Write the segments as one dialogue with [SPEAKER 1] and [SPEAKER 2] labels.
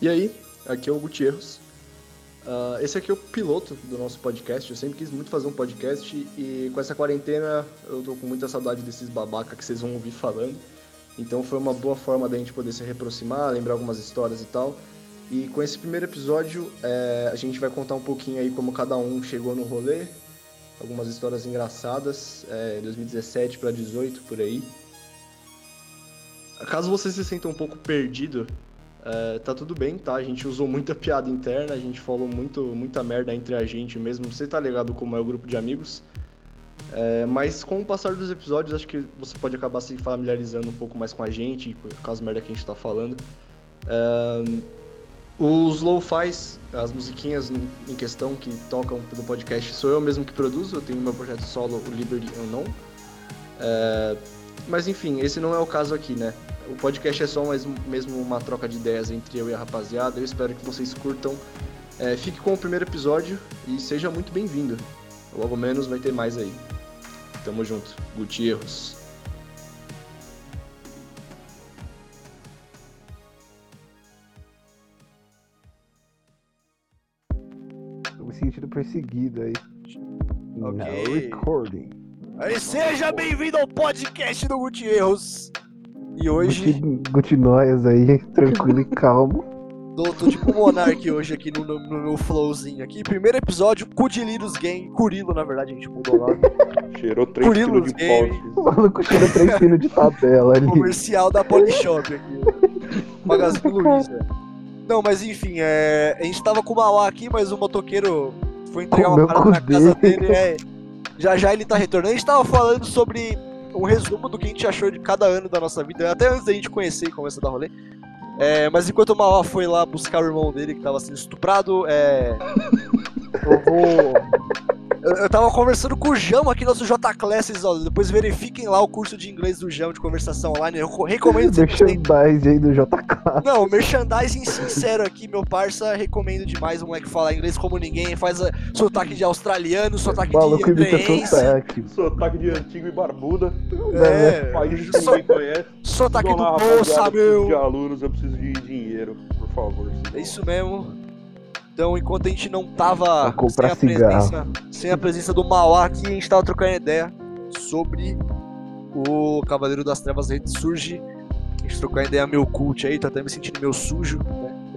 [SPEAKER 1] E aí, aqui é o Gutierrez. Ah, esse aqui é o piloto do nosso podcast. Eu sempre quis muito fazer um podcast e com essa quarentena eu tô com muita saudade desses babaca que vocês vão ouvir falando. Então foi uma boa forma da gente poder se reaproximar, lembrar algumas histórias e tal. E com esse primeiro episódio é, a gente vai contar um pouquinho aí como cada um chegou no rolê, algumas histórias engraçadas, é, 2017 para 18 por aí. Caso você se sinta um pouco perdido, é, tá tudo bem, tá? A gente usou muita piada interna, a gente falou muito, muita merda entre a gente mesmo. Você tá ligado como é o grupo de amigos? É, mas com o passar dos episódios, acho que você pode acabar se familiarizando um pouco mais com a gente, e com as merda que a gente tá falando. É, Os lo-fi's, as musiquinhas em questão que tocam pelo podcast, sou eu mesmo que produzo, eu tenho meu projeto solo, o Liberty Unknown. É, mas enfim, esse não é o caso aqui, né? O podcast é só mais, mesmo uma troca de ideias entre eu e a rapaziada, eu espero que vocês curtam. É, fique com o primeiro episódio e seja muito bem-vindo. Logo menos vai ter mais aí. Tamo junto. Gutierrez.
[SPEAKER 2] Tô me sentindo perseguido aí. Now
[SPEAKER 3] Ok.
[SPEAKER 2] recording.
[SPEAKER 3] Aí, seja bem-vindo ao podcast do Gutierrez. E hoje,
[SPEAKER 2] Guti- Gutinóias aí, tranquilo e calmo.
[SPEAKER 3] tô, tô tipo o Monark hoje aqui no, no- no meu flowzinho aqui. Primeiro episódio, Cudilirus Game, Curilo, na verdade, a gente mudou lá.
[SPEAKER 4] Cheirou 3
[SPEAKER 3] Curilo
[SPEAKER 4] quilos de
[SPEAKER 3] gay.
[SPEAKER 2] O
[SPEAKER 4] pote.
[SPEAKER 2] maluco tira três filhos de tabela ali.
[SPEAKER 3] Comercial da Polishop aqui. Magazine Luiza. é. Não, mas enfim, é, a gente tava com o Mauá aqui, mas o motoqueiro foi entregar
[SPEAKER 2] Comeu
[SPEAKER 3] uma parada
[SPEAKER 2] com
[SPEAKER 3] na casa
[SPEAKER 2] dele.
[SPEAKER 3] dele. é. já já ele tá retornando. A gente tava falando sobre um resumo do que a gente achou de cada ano da nossa vida, até antes da gente conhecer e começar a dar rolê. É, mas enquanto o Mauá foi lá buscar o irmão dele que tava sendo estuprado, é. Eu vou. Eu, eu tava conversando com o Jão aqui, nosso J Classes, ó. Depois verifiquem lá o curso de inglês do Jão de conversação online. Eu co- recomendo vocês.
[SPEAKER 2] Merchandise aí do JK.
[SPEAKER 3] Não, merchandising sincero aqui, meu parça. Recomendo demais o moleque falar inglês como ninguém. Faz ah, sotaque de australiano, sotaque
[SPEAKER 2] Maluco tá
[SPEAKER 3] de
[SPEAKER 2] imita
[SPEAKER 3] irlandês.
[SPEAKER 2] sotaque.
[SPEAKER 4] É. Sotaque de antigo e barbuda.
[SPEAKER 2] né?
[SPEAKER 3] É,
[SPEAKER 4] País que
[SPEAKER 3] so-
[SPEAKER 4] ninguém conhece.
[SPEAKER 3] sotaque do
[SPEAKER 4] Vamos lá,
[SPEAKER 3] bolsa,
[SPEAKER 4] rapaziada, eu preciso De
[SPEAKER 3] meu.
[SPEAKER 4] alunos, eu preciso de dinheiro, por favor.
[SPEAKER 3] É isso mesmo. Então, enquanto a gente não tava
[SPEAKER 2] Pra comprar
[SPEAKER 3] sem a, presença, sem a presença do Mauá aqui, a gente tava trocando ideia sobre o Cavaleiro das Trevas Surge. A gente trocou a ideia meio cult aí, tô até me sentindo meio sujo.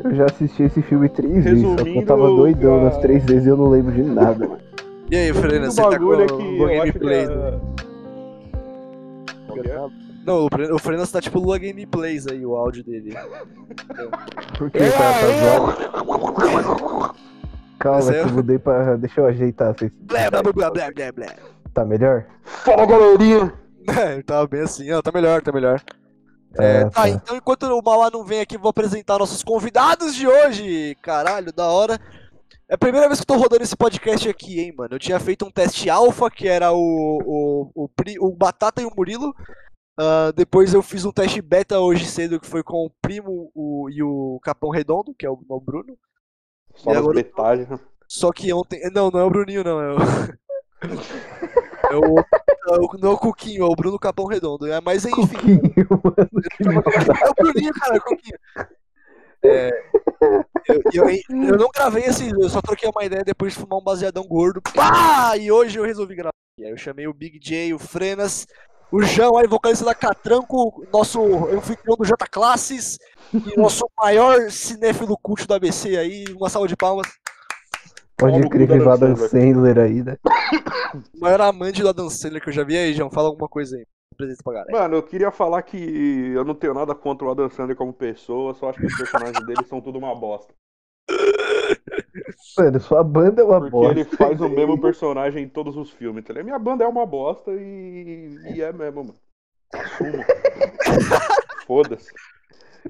[SPEAKER 2] Eu já assisti esse filme três vezes, só que eu
[SPEAKER 4] Resumindo,
[SPEAKER 2] tava doidão
[SPEAKER 4] cara.
[SPEAKER 2] nas três vezes e eu não lembro de nada. mano.
[SPEAKER 3] E aí, Fernando,
[SPEAKER 4] O
[SPEAKER 3] você tá com
[SPEAKER 4] bagulho é
[SPEAKER 3] o
[SPEAKER 4] que eu acho que
[SPEAKER 3] gameplay? né?
[SPEAKER 4] é... Qual que é?
[SPEAKER 3] Não, o Fernando- o Fernando tá tipo Lua Gameplays aí, o áudio dele.
[SPEAKER 2] Por que o
[SPEAKER 4] É.
[SPEAKER 2] cara tá zoado?
[SPEAKER 3] Mas
[SPEAKER 2] Calma,
[SPEAKER 4] é.
[SPEAKER 3] eu-
[SPEAKER 2] que eu mudei pra. Deixa eu ajeitar. vocês-
[SPEAKER 3] Blé, blé, blé, blé, blé, blé, blé.
[SPEAKER 2] Tá melhor?
[SPEAKER 4] Fala, galerinha!
[SPEAKER 3] Ele tava bem assim, ó, tá melhor, tá melhor. É,
[SPEAKER 2] Ah,
[SPEAKER 3] tá,
[SPEAKER 2] tá.
[SPEAKER 3] então enquanto o Mauá não vem aqui, eu vou apresentar nossos convidados de hoje. Caralho, da hora. É a primeira vez que eu tô rodando esse podcast aqui, hein, mano. Eu tinha feito um teste alfa, que era o, o, o, Pri- o Batata e o Murilo. Ah, depois eu fiz um teste beta hoje cedo, que foi com o Primo o- e o Capão Redondo, que é o, o Bruno.
[SPEAKER 4] Só
[SPEAKER 3] E
[SPEAKER 4] nas
[SPEAKER 3] agora-
[SPEAKER 4] metades. né?
[SPEAKER 3] Só que ontem. Não, não é o Bruninho, não. É o. é o, é o- não é o Cuquinho, é o Bruno Capão Redondo. É, mas enfim.
[SPEAKER 2] Coquinho, mano, que maldade.
[SPEAKER 3] É o Bruninho, cara, é o Cuquinho. É, eu, eu, eu não gravei esse, eu só troquei uma ideia depois de fumar um baseadão gordo. Pá! E hoje eu resolvi gravar. E aí eu chamei o Big J, o Frenas, o João, aí vocalista da Catranco, nosso anfitrião do J Classes e nosso maior cinéfilo culto do ABC aí. Uma salva de palmas.
[SPEAKER 4] Pau
[SPEAKER 2] Pode
[SPEAKER 4] no cu
[SPEAKER 2] crer que
[SPEAKER 4] da
[SPEAKER 2] veio o Adam
[SPEAKER 4] Sandler.
[SPEAKER 2] Sandler aí, né?
[SPEAKER 3] O maior amante do Adam Sandler que eu já vi aí, João. Fala alguma coisa aí. Apresenta pra galera.
[SPEAKER 4] Mano, eu queria falar que eu não tenho nada contra o Adam Sandler como pessoa, só acho que os personagens dele são tudo uma bosta.
[SPEAKER 2] Mano, sua banda é uma
[SPEAKER 4] Porque
[SPEAKER 2] bosta.
[SPEAKER 4] ele faz o mesmo personagem em todos os filmes, tá ligado? Minha banda é uma bosta e, e é mesmo, mano. Assuma. Foda-se.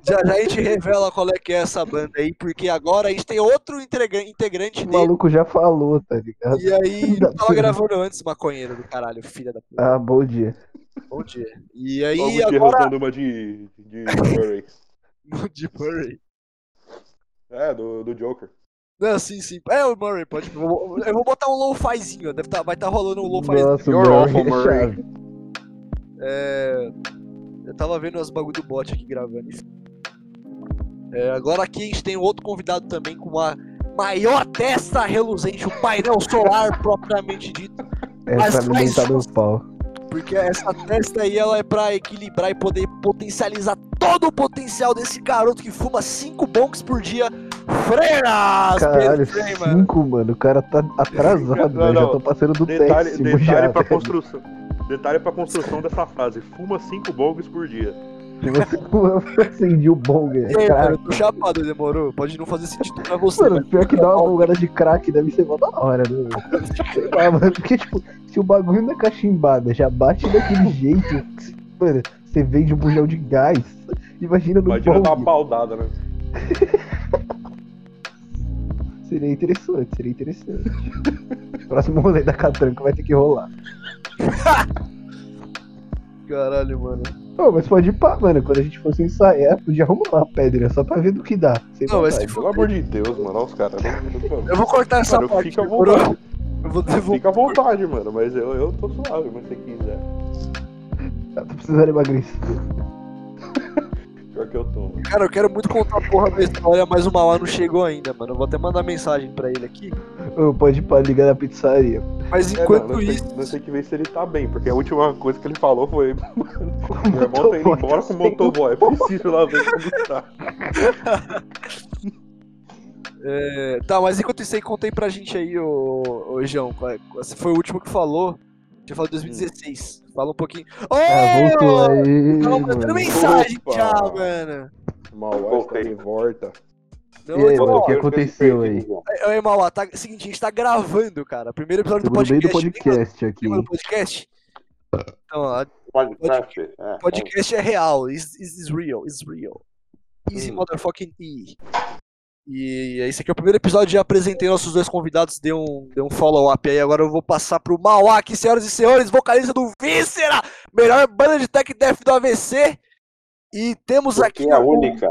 [SPEAKER 3] Já, já a gente revela qual é que é essa banda aí, porque agora a gente tem outro integra- integrante
[SPEAKER 2] O
[SPEAKER 3] dele.
[SPEAKER 2] maluco já falou, tá ligado?
[SPEAKER 3] E aí, não tava gravando antes, maconheiro do caralho, filha da puta.
[SPEAKER 2] Ah, bom dia.
[SPEAKER 3] Bom dia. E aí,
[SPEAKER 4] Logo de
[SPEAKER 3] agora.
[SPEAKER 4] redondo uma de. de Murray.
[SPEAKER 3] De Murray.
[SPEAKER 4] É, do, do Joker.
[SPEAKER 3] Não, sim, sim. É o Murray, pode. Eu vou, eu vou botar um low-fizinho, deve tá, vai estar rolando um low-fizinho.
[SPEAKER 2] Nossa,
[SPEAKER 4] You're
[SPEAKER 2] o
[SPEAKER 4] awful,
[SPEAKER 2] Murray é chave.
[SPEAKER 3] É, Eu tava vendo as bagulho do bot aqui gravando. É, agora aqui a gente tem outro convidado também com uma maior testa reluzente, o painel solar propriamente dito.
[SPEAKER 2] Essa
[SPEAKER 3] Mas-
[SPEAKER 2] menina tá no pau.
[SPEAKER 3] Porque essa testa aí ela é pra equilibrar e poder potencializar todo o potencial desse garoto que fuma cinco bonks por dia. Freiras!
[SPEAKER 2] Caralho,
[SPEAKER 3] Pedro Freima.
[SPEAKER 2] cinco, mano. O cara tá atrasado,
[SPEAKER 4] Não,
[SPEAKER 2] velho. Já
[SPEAKER 4] não.
[SPEAKER 2] tô passando do
[SPEAKER 4] Detalhe,
[SPEAKER 2] décimo já.
[SPEAKER 4] detalhe pra
[SPEAKER 2] velho.
[SPEAKER 4] construção. Detalhe pra construção dessa frase. Fuma cinco bongos por dia.
[SPEAKER 2] Se você não acendia o bong,
[SPEAKER 3] E aí,
[SPEAKER 2] é
[SPEAKER 3] mano, eu
[SPEAKER 2] crack.
[SPEAKER 3] tô chapado, demorou. Pode não fazer sentido pra você,
[SPEAKER 2] Mano,
[SPEAKER 3] mas
[SPEAKER 2] pior que dá uma bongada de crack, deve ser mó da hora, né? velho? Sei lá, mano. Porque, tipo, se o bagulho na cachimbada já bate daquele jeito, mano, você vende um bujão de gás. Imagina no
[SPEAKER 4] Imagina dar
[SPEAKER 2] bong.
[SPEAKER 4] uma baldada, né?
[SPEAKER 2] Seria interessante, seria interessante. Próximo rolê da Catranca vai ter que rolar.
[SPEAKER 3] caralho, mano.
[SPEAKER 2] Pô, mas pode ir pá, mano. Quando a gente fosse ensaiar, podia arrumar uma pedra só pra ver do que dá. Sem
[SPEAKER 3] Não, mas
[SPEAKER 2] vontade.
[SPEAKER 3] se
[SPEAKER 4] Pelo
[SPEAKER 3] for.
[SPEAKER 4] amor de Deus, mano. Olha os caras.
[SPEAKER 3] Eu vou cortar essa
[SPEAKER 4] Mano,
[SPEAKER 3] parte,
[SPEAKER 4] fica à
[SPEAKER 3] demorou?
[SPEAKER 4] vontade.
[SPEAKER 3] Eu vou devolver.
[SPEAKER 4] Fica à vontade, mano. Mas eu, eu tô suave, mas se quiser.
[SPEAKER 2] Eu Tá, Tô precisando emagrecer.
[SPEAKER 4] Pior que eu tô, mano.
[SPEAKER 3] Cara, eu quero muito contar a porra da história, mas o Mauá não chegou ainda, mano. Eu vou até mandar mensagem pra ele aqui.
[SPEAKER 2] Ô, pode ir pra ligar na pizzaria.
[SPEAKER 3] Mas
[SPEAKER 4] É,
[SPEAKER 3] enquanto
[SPEAKER 4] não, nós
[SPEAKER 3] isso.
[SPEAKER 4] Tem, nós tem que ver se ele tá bem, porque a última coisa que ele falou foi. Mano, meu
[SPEAKER 2] motoboy
[SPEAKER 4] irmão tá indo embora
[SPEAKER 2] tá
[SPEAKER 4] com o motoboy. Preciso ir lá ver como tá.
[SPEAKER 3] é, Tá, mas enquanto isso aí, contei pra gente aí, ô, ô João. qual é- qual- Você foi o último que falou. Tinha falado em 2016. Fala um pouquinho. Ô!
[SPEAKER 2] Ah, voltou aí.
[SPEAKER 3] Tava mandando
[SPEAKER 2] mano.
[SPEAKER 3] mensagem
[SPEAKER 4] Opa!
[SPEAKER 3] já, mano.
[SPEAKER 4] Mal tá
[SPEAKER 5] Voltei.
[SPEAKER 4] de volta.
[SPEAKER 3] Não,
[SPEAKER 2] E aí,
[SPEAKER 3] então,
[SPEAKER 2] mano, o
[SPEAKER 3] ó,
[SPEAKER 2] que aconteceu aí?
[SPEAKER 3] Ei, Mauá, tá... seguinte, a gente tá gravando, cara. Primeiro episódio do
[SPEAKER 2] Estamos no meio
[SPEAKER 3] um podcast.
[SPEAKER 2] do podcast aqui.
[SPEAKER 3] Lembra do podcast? Então, ó,
[SPEAKER 5] Podcast. é.
[SPEAKER 3] podcast é real. Is, is, is real, is real.
[SPEAKER 5] Hum.
[SPEAKER 3] Easy motherfucking E. E esse aqui é o primeiro episódio, já apresentei nossos dois convidados, dei um, dei um follow-up aí. Agora eu vou passar pro Mauá aqui, senhoras e senhores, vocalista do Víscera, melhor banda de tech death do AVC. E temos
[SPEAKER 5] Porque
[SPEAKER 3] aqui
[SPEAKER 5] é a
[SPEAKER 3] o-
[SPEAKER 5] única.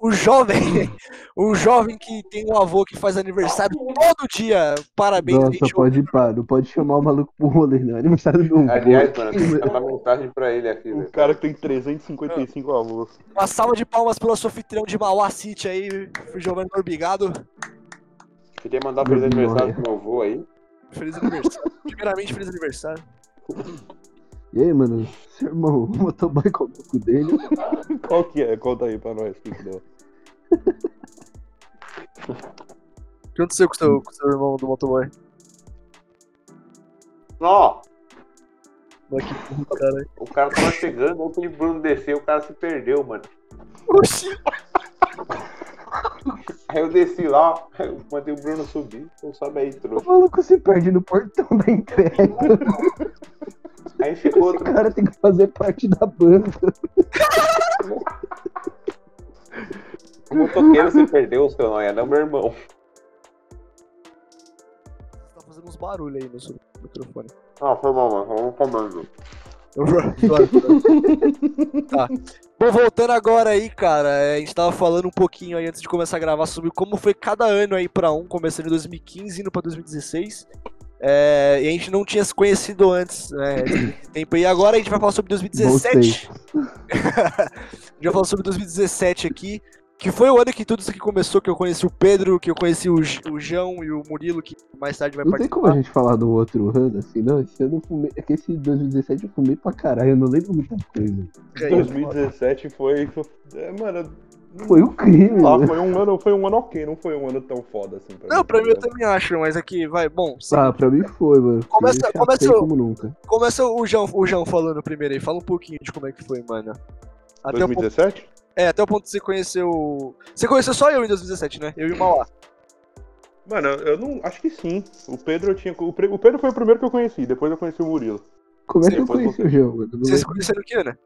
[SPEAKER 3] o jovem, o jovem que tem um avô que faz aniversário todo dia. Parabéns,
[SPEAKER 2] Nossa, pode ir pá. Não pode chamar o maluco pro rolê, não. É Aniversário do meu
[SPEAKER 5] Aliás,
[SPEAKER 2] avô.
[SPEAKER 5] mano, tem que mandar mensagem pra ele aqui,
[SPEAKER 4] O
[SPEAKER 5] velho.
[SPEAKER 4] Um cara que tem 355 avôs.
[SPEAKER 3] Uma salva de palmas pro nosso anfitrião de Mauá City aí, pro Giovanni Obrigado.
[SPEAKER 5] Queria mandar feliz
[SPEAKER 2] Meu
[SPEAKER 5] aniversário
[SPEAKER 4] é.
[SPEAKER 2] Deus.
[SPEAKER 5] pro meu avô aí.
[SPEAKER 3] Feliz aniversário. Primeiramente, feliz aniversário.
[SPEAKER 2] E aí, mano? Seu irmão, o motoboy com o cu dele.
[SPEAKER 4] Qual que é? Conta aí pra nós. Que que deu.
[SPEAKER 3] O que aconteceu com o seu, com o seu irmão do motoboy?
[SPEAKER 5] Ó,
[SPEAKER 3] Moleque, cara.
[SPEAKER 5] o cara tava chegando, ontem o Bruno desceu, o cara se perdeu, mano.
[SPEAKER 3] Oxi.
[SPEAKER 5] Aí eu desci lá, aí eu mandei o Bruno subir, eu sobe aí,
[SPEAKER 2] O
[SPEAKER 5] trouxe.
[SPEAKER 2] maluco se perde no portão da entrega.
[SPEAKER 5] Aí chegou
[SPEAKER 2] O
[SPEAKER 5] outro.
[SPEAKER 2] cara tem que fazer parte da banda.
[SPEAKER 5] O motoqueiro se perdeu, seu não é não, meu irmão.
[SPEAKER 3] Tá fazendo uns barulhos aí no seu microfone.
[SPEAKER 5] Ah, foi mal, mano. Vamos comando.
[SPEAKER 3] tá. Bom, voltando agora aí, cara, é, a gente tava falando um pouquinho aí antes de começar a gravar sobre como foi cada ano aí pra um, começando em 2015, indo pra 2016. É, e a gente não tinha se conhecido antes, né? esse tempo. E agora a gente vai falar sobre 2017. a gente vai falar sobre 2017 aqui, que foi o ano que tudo isso aqui começou, que eu conheci o Pedro, que eu conheci o, J- o João e o Murilo, que mais tarde vai
[SPEAKER 2] Não tem
[SPEAKER 3] participar.
[SPEAKER 2] como a gente falar do outro ano, assim, não. Esse ano eu fumei. É que esse 2017 eu fumei pra caralho, eu não lembro muita coisa.
[SPEAKER 3] Fica aí,
[SPEAKER 4] 2017 foi. É, mano.
[SPEAKER 2] Foi o crime,
[SPEAKER 4] Lá
[SPEAKER 2] né?
[SPEAKER 4] foi um ano, foi um ano ok, não foi um ano tão foda assim. Pra
[SPEAKER 3] Não, pra mim eu
[SPEAKER 4] tá
[SPEAKER 3] também acho, mas aqui vai. Bom,
[SPEAKER 2] Ah, pra mim foi, mano.
[SPEAKER 3] Começa-
[SPEAKER 2] Eu me
[SPEAKER 3] começa
[SPEAKER 2] chapei
[SPEAKER 3] o-
[SPEAKER 2] como nunca.
[SPEAKER 3] começa o João, o João falando primeiro aí. Fala um pouquinho de como é que foi, mano.
[SPEAKER 4] ligado?
[SPEAKER 3] Até um o, ponto,
[SPEAKER 4] 2017?
[SPEAKER 3] é, até o ponto que você conheceu. Você conheceu só eu em 2017, né? Eu e o Mauá.
[SPEAKER 4] Mano, eu não. Acho que sim. O Pedro eu tinha. O Pre- o Pedro foi o primeiro que eu conheci, depois eu conheci o Murilo.
[SPEAKER 2] Como é que eu
[SPEAKER 5] Depois
[SPEAKER 2] conheci o jogo? Eu não
[SPEAKER 3] Vocês se
[SPEAKER 2] lembro.
[SPEAKER 3] conheceram aqui, né?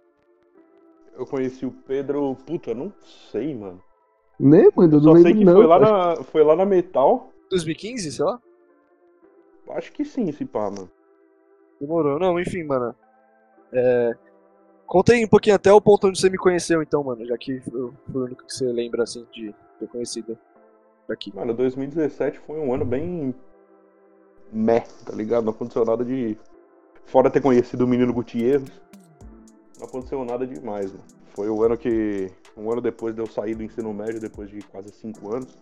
[SPEAKER 4] Eu conheci o Pedro. Puta, eu não sei, mano.
[SPEAKER 2] Né, mano? Eu não
[SPEAKER 4] Só sei
[SPEAKER 2] lembro,
[SPEAKER 4] que
[SPEAKER 2] não.
[SPEAKER 4] foi, lá
[SPEAKER 2] Acho-
[SPEAKER 4] na, foi lá na Metal.
[SPEAKER 3] 2015, sei lá.
[SPEAKER 4] Acho que sim, esse pá, mano.
[SPEAKER 3] Demorou. Não, enfim, mano. É... Conta aí um pouquinho até o ponto onde você me conheceu, então, mano. Já que eu- foi o único que você lembra, assim, de ter conhecido aqui.
[SPEAKER 4] Mano, 2017 foi um ano bem. meh, tá ligado? Não aconteceu nada de. Fora ter conhecido o menino Gutierrez, não aconteceu nada demais, mano. Foi o ano que Um ano depois de eu sair do ensino médio, depois de quase cinco anos.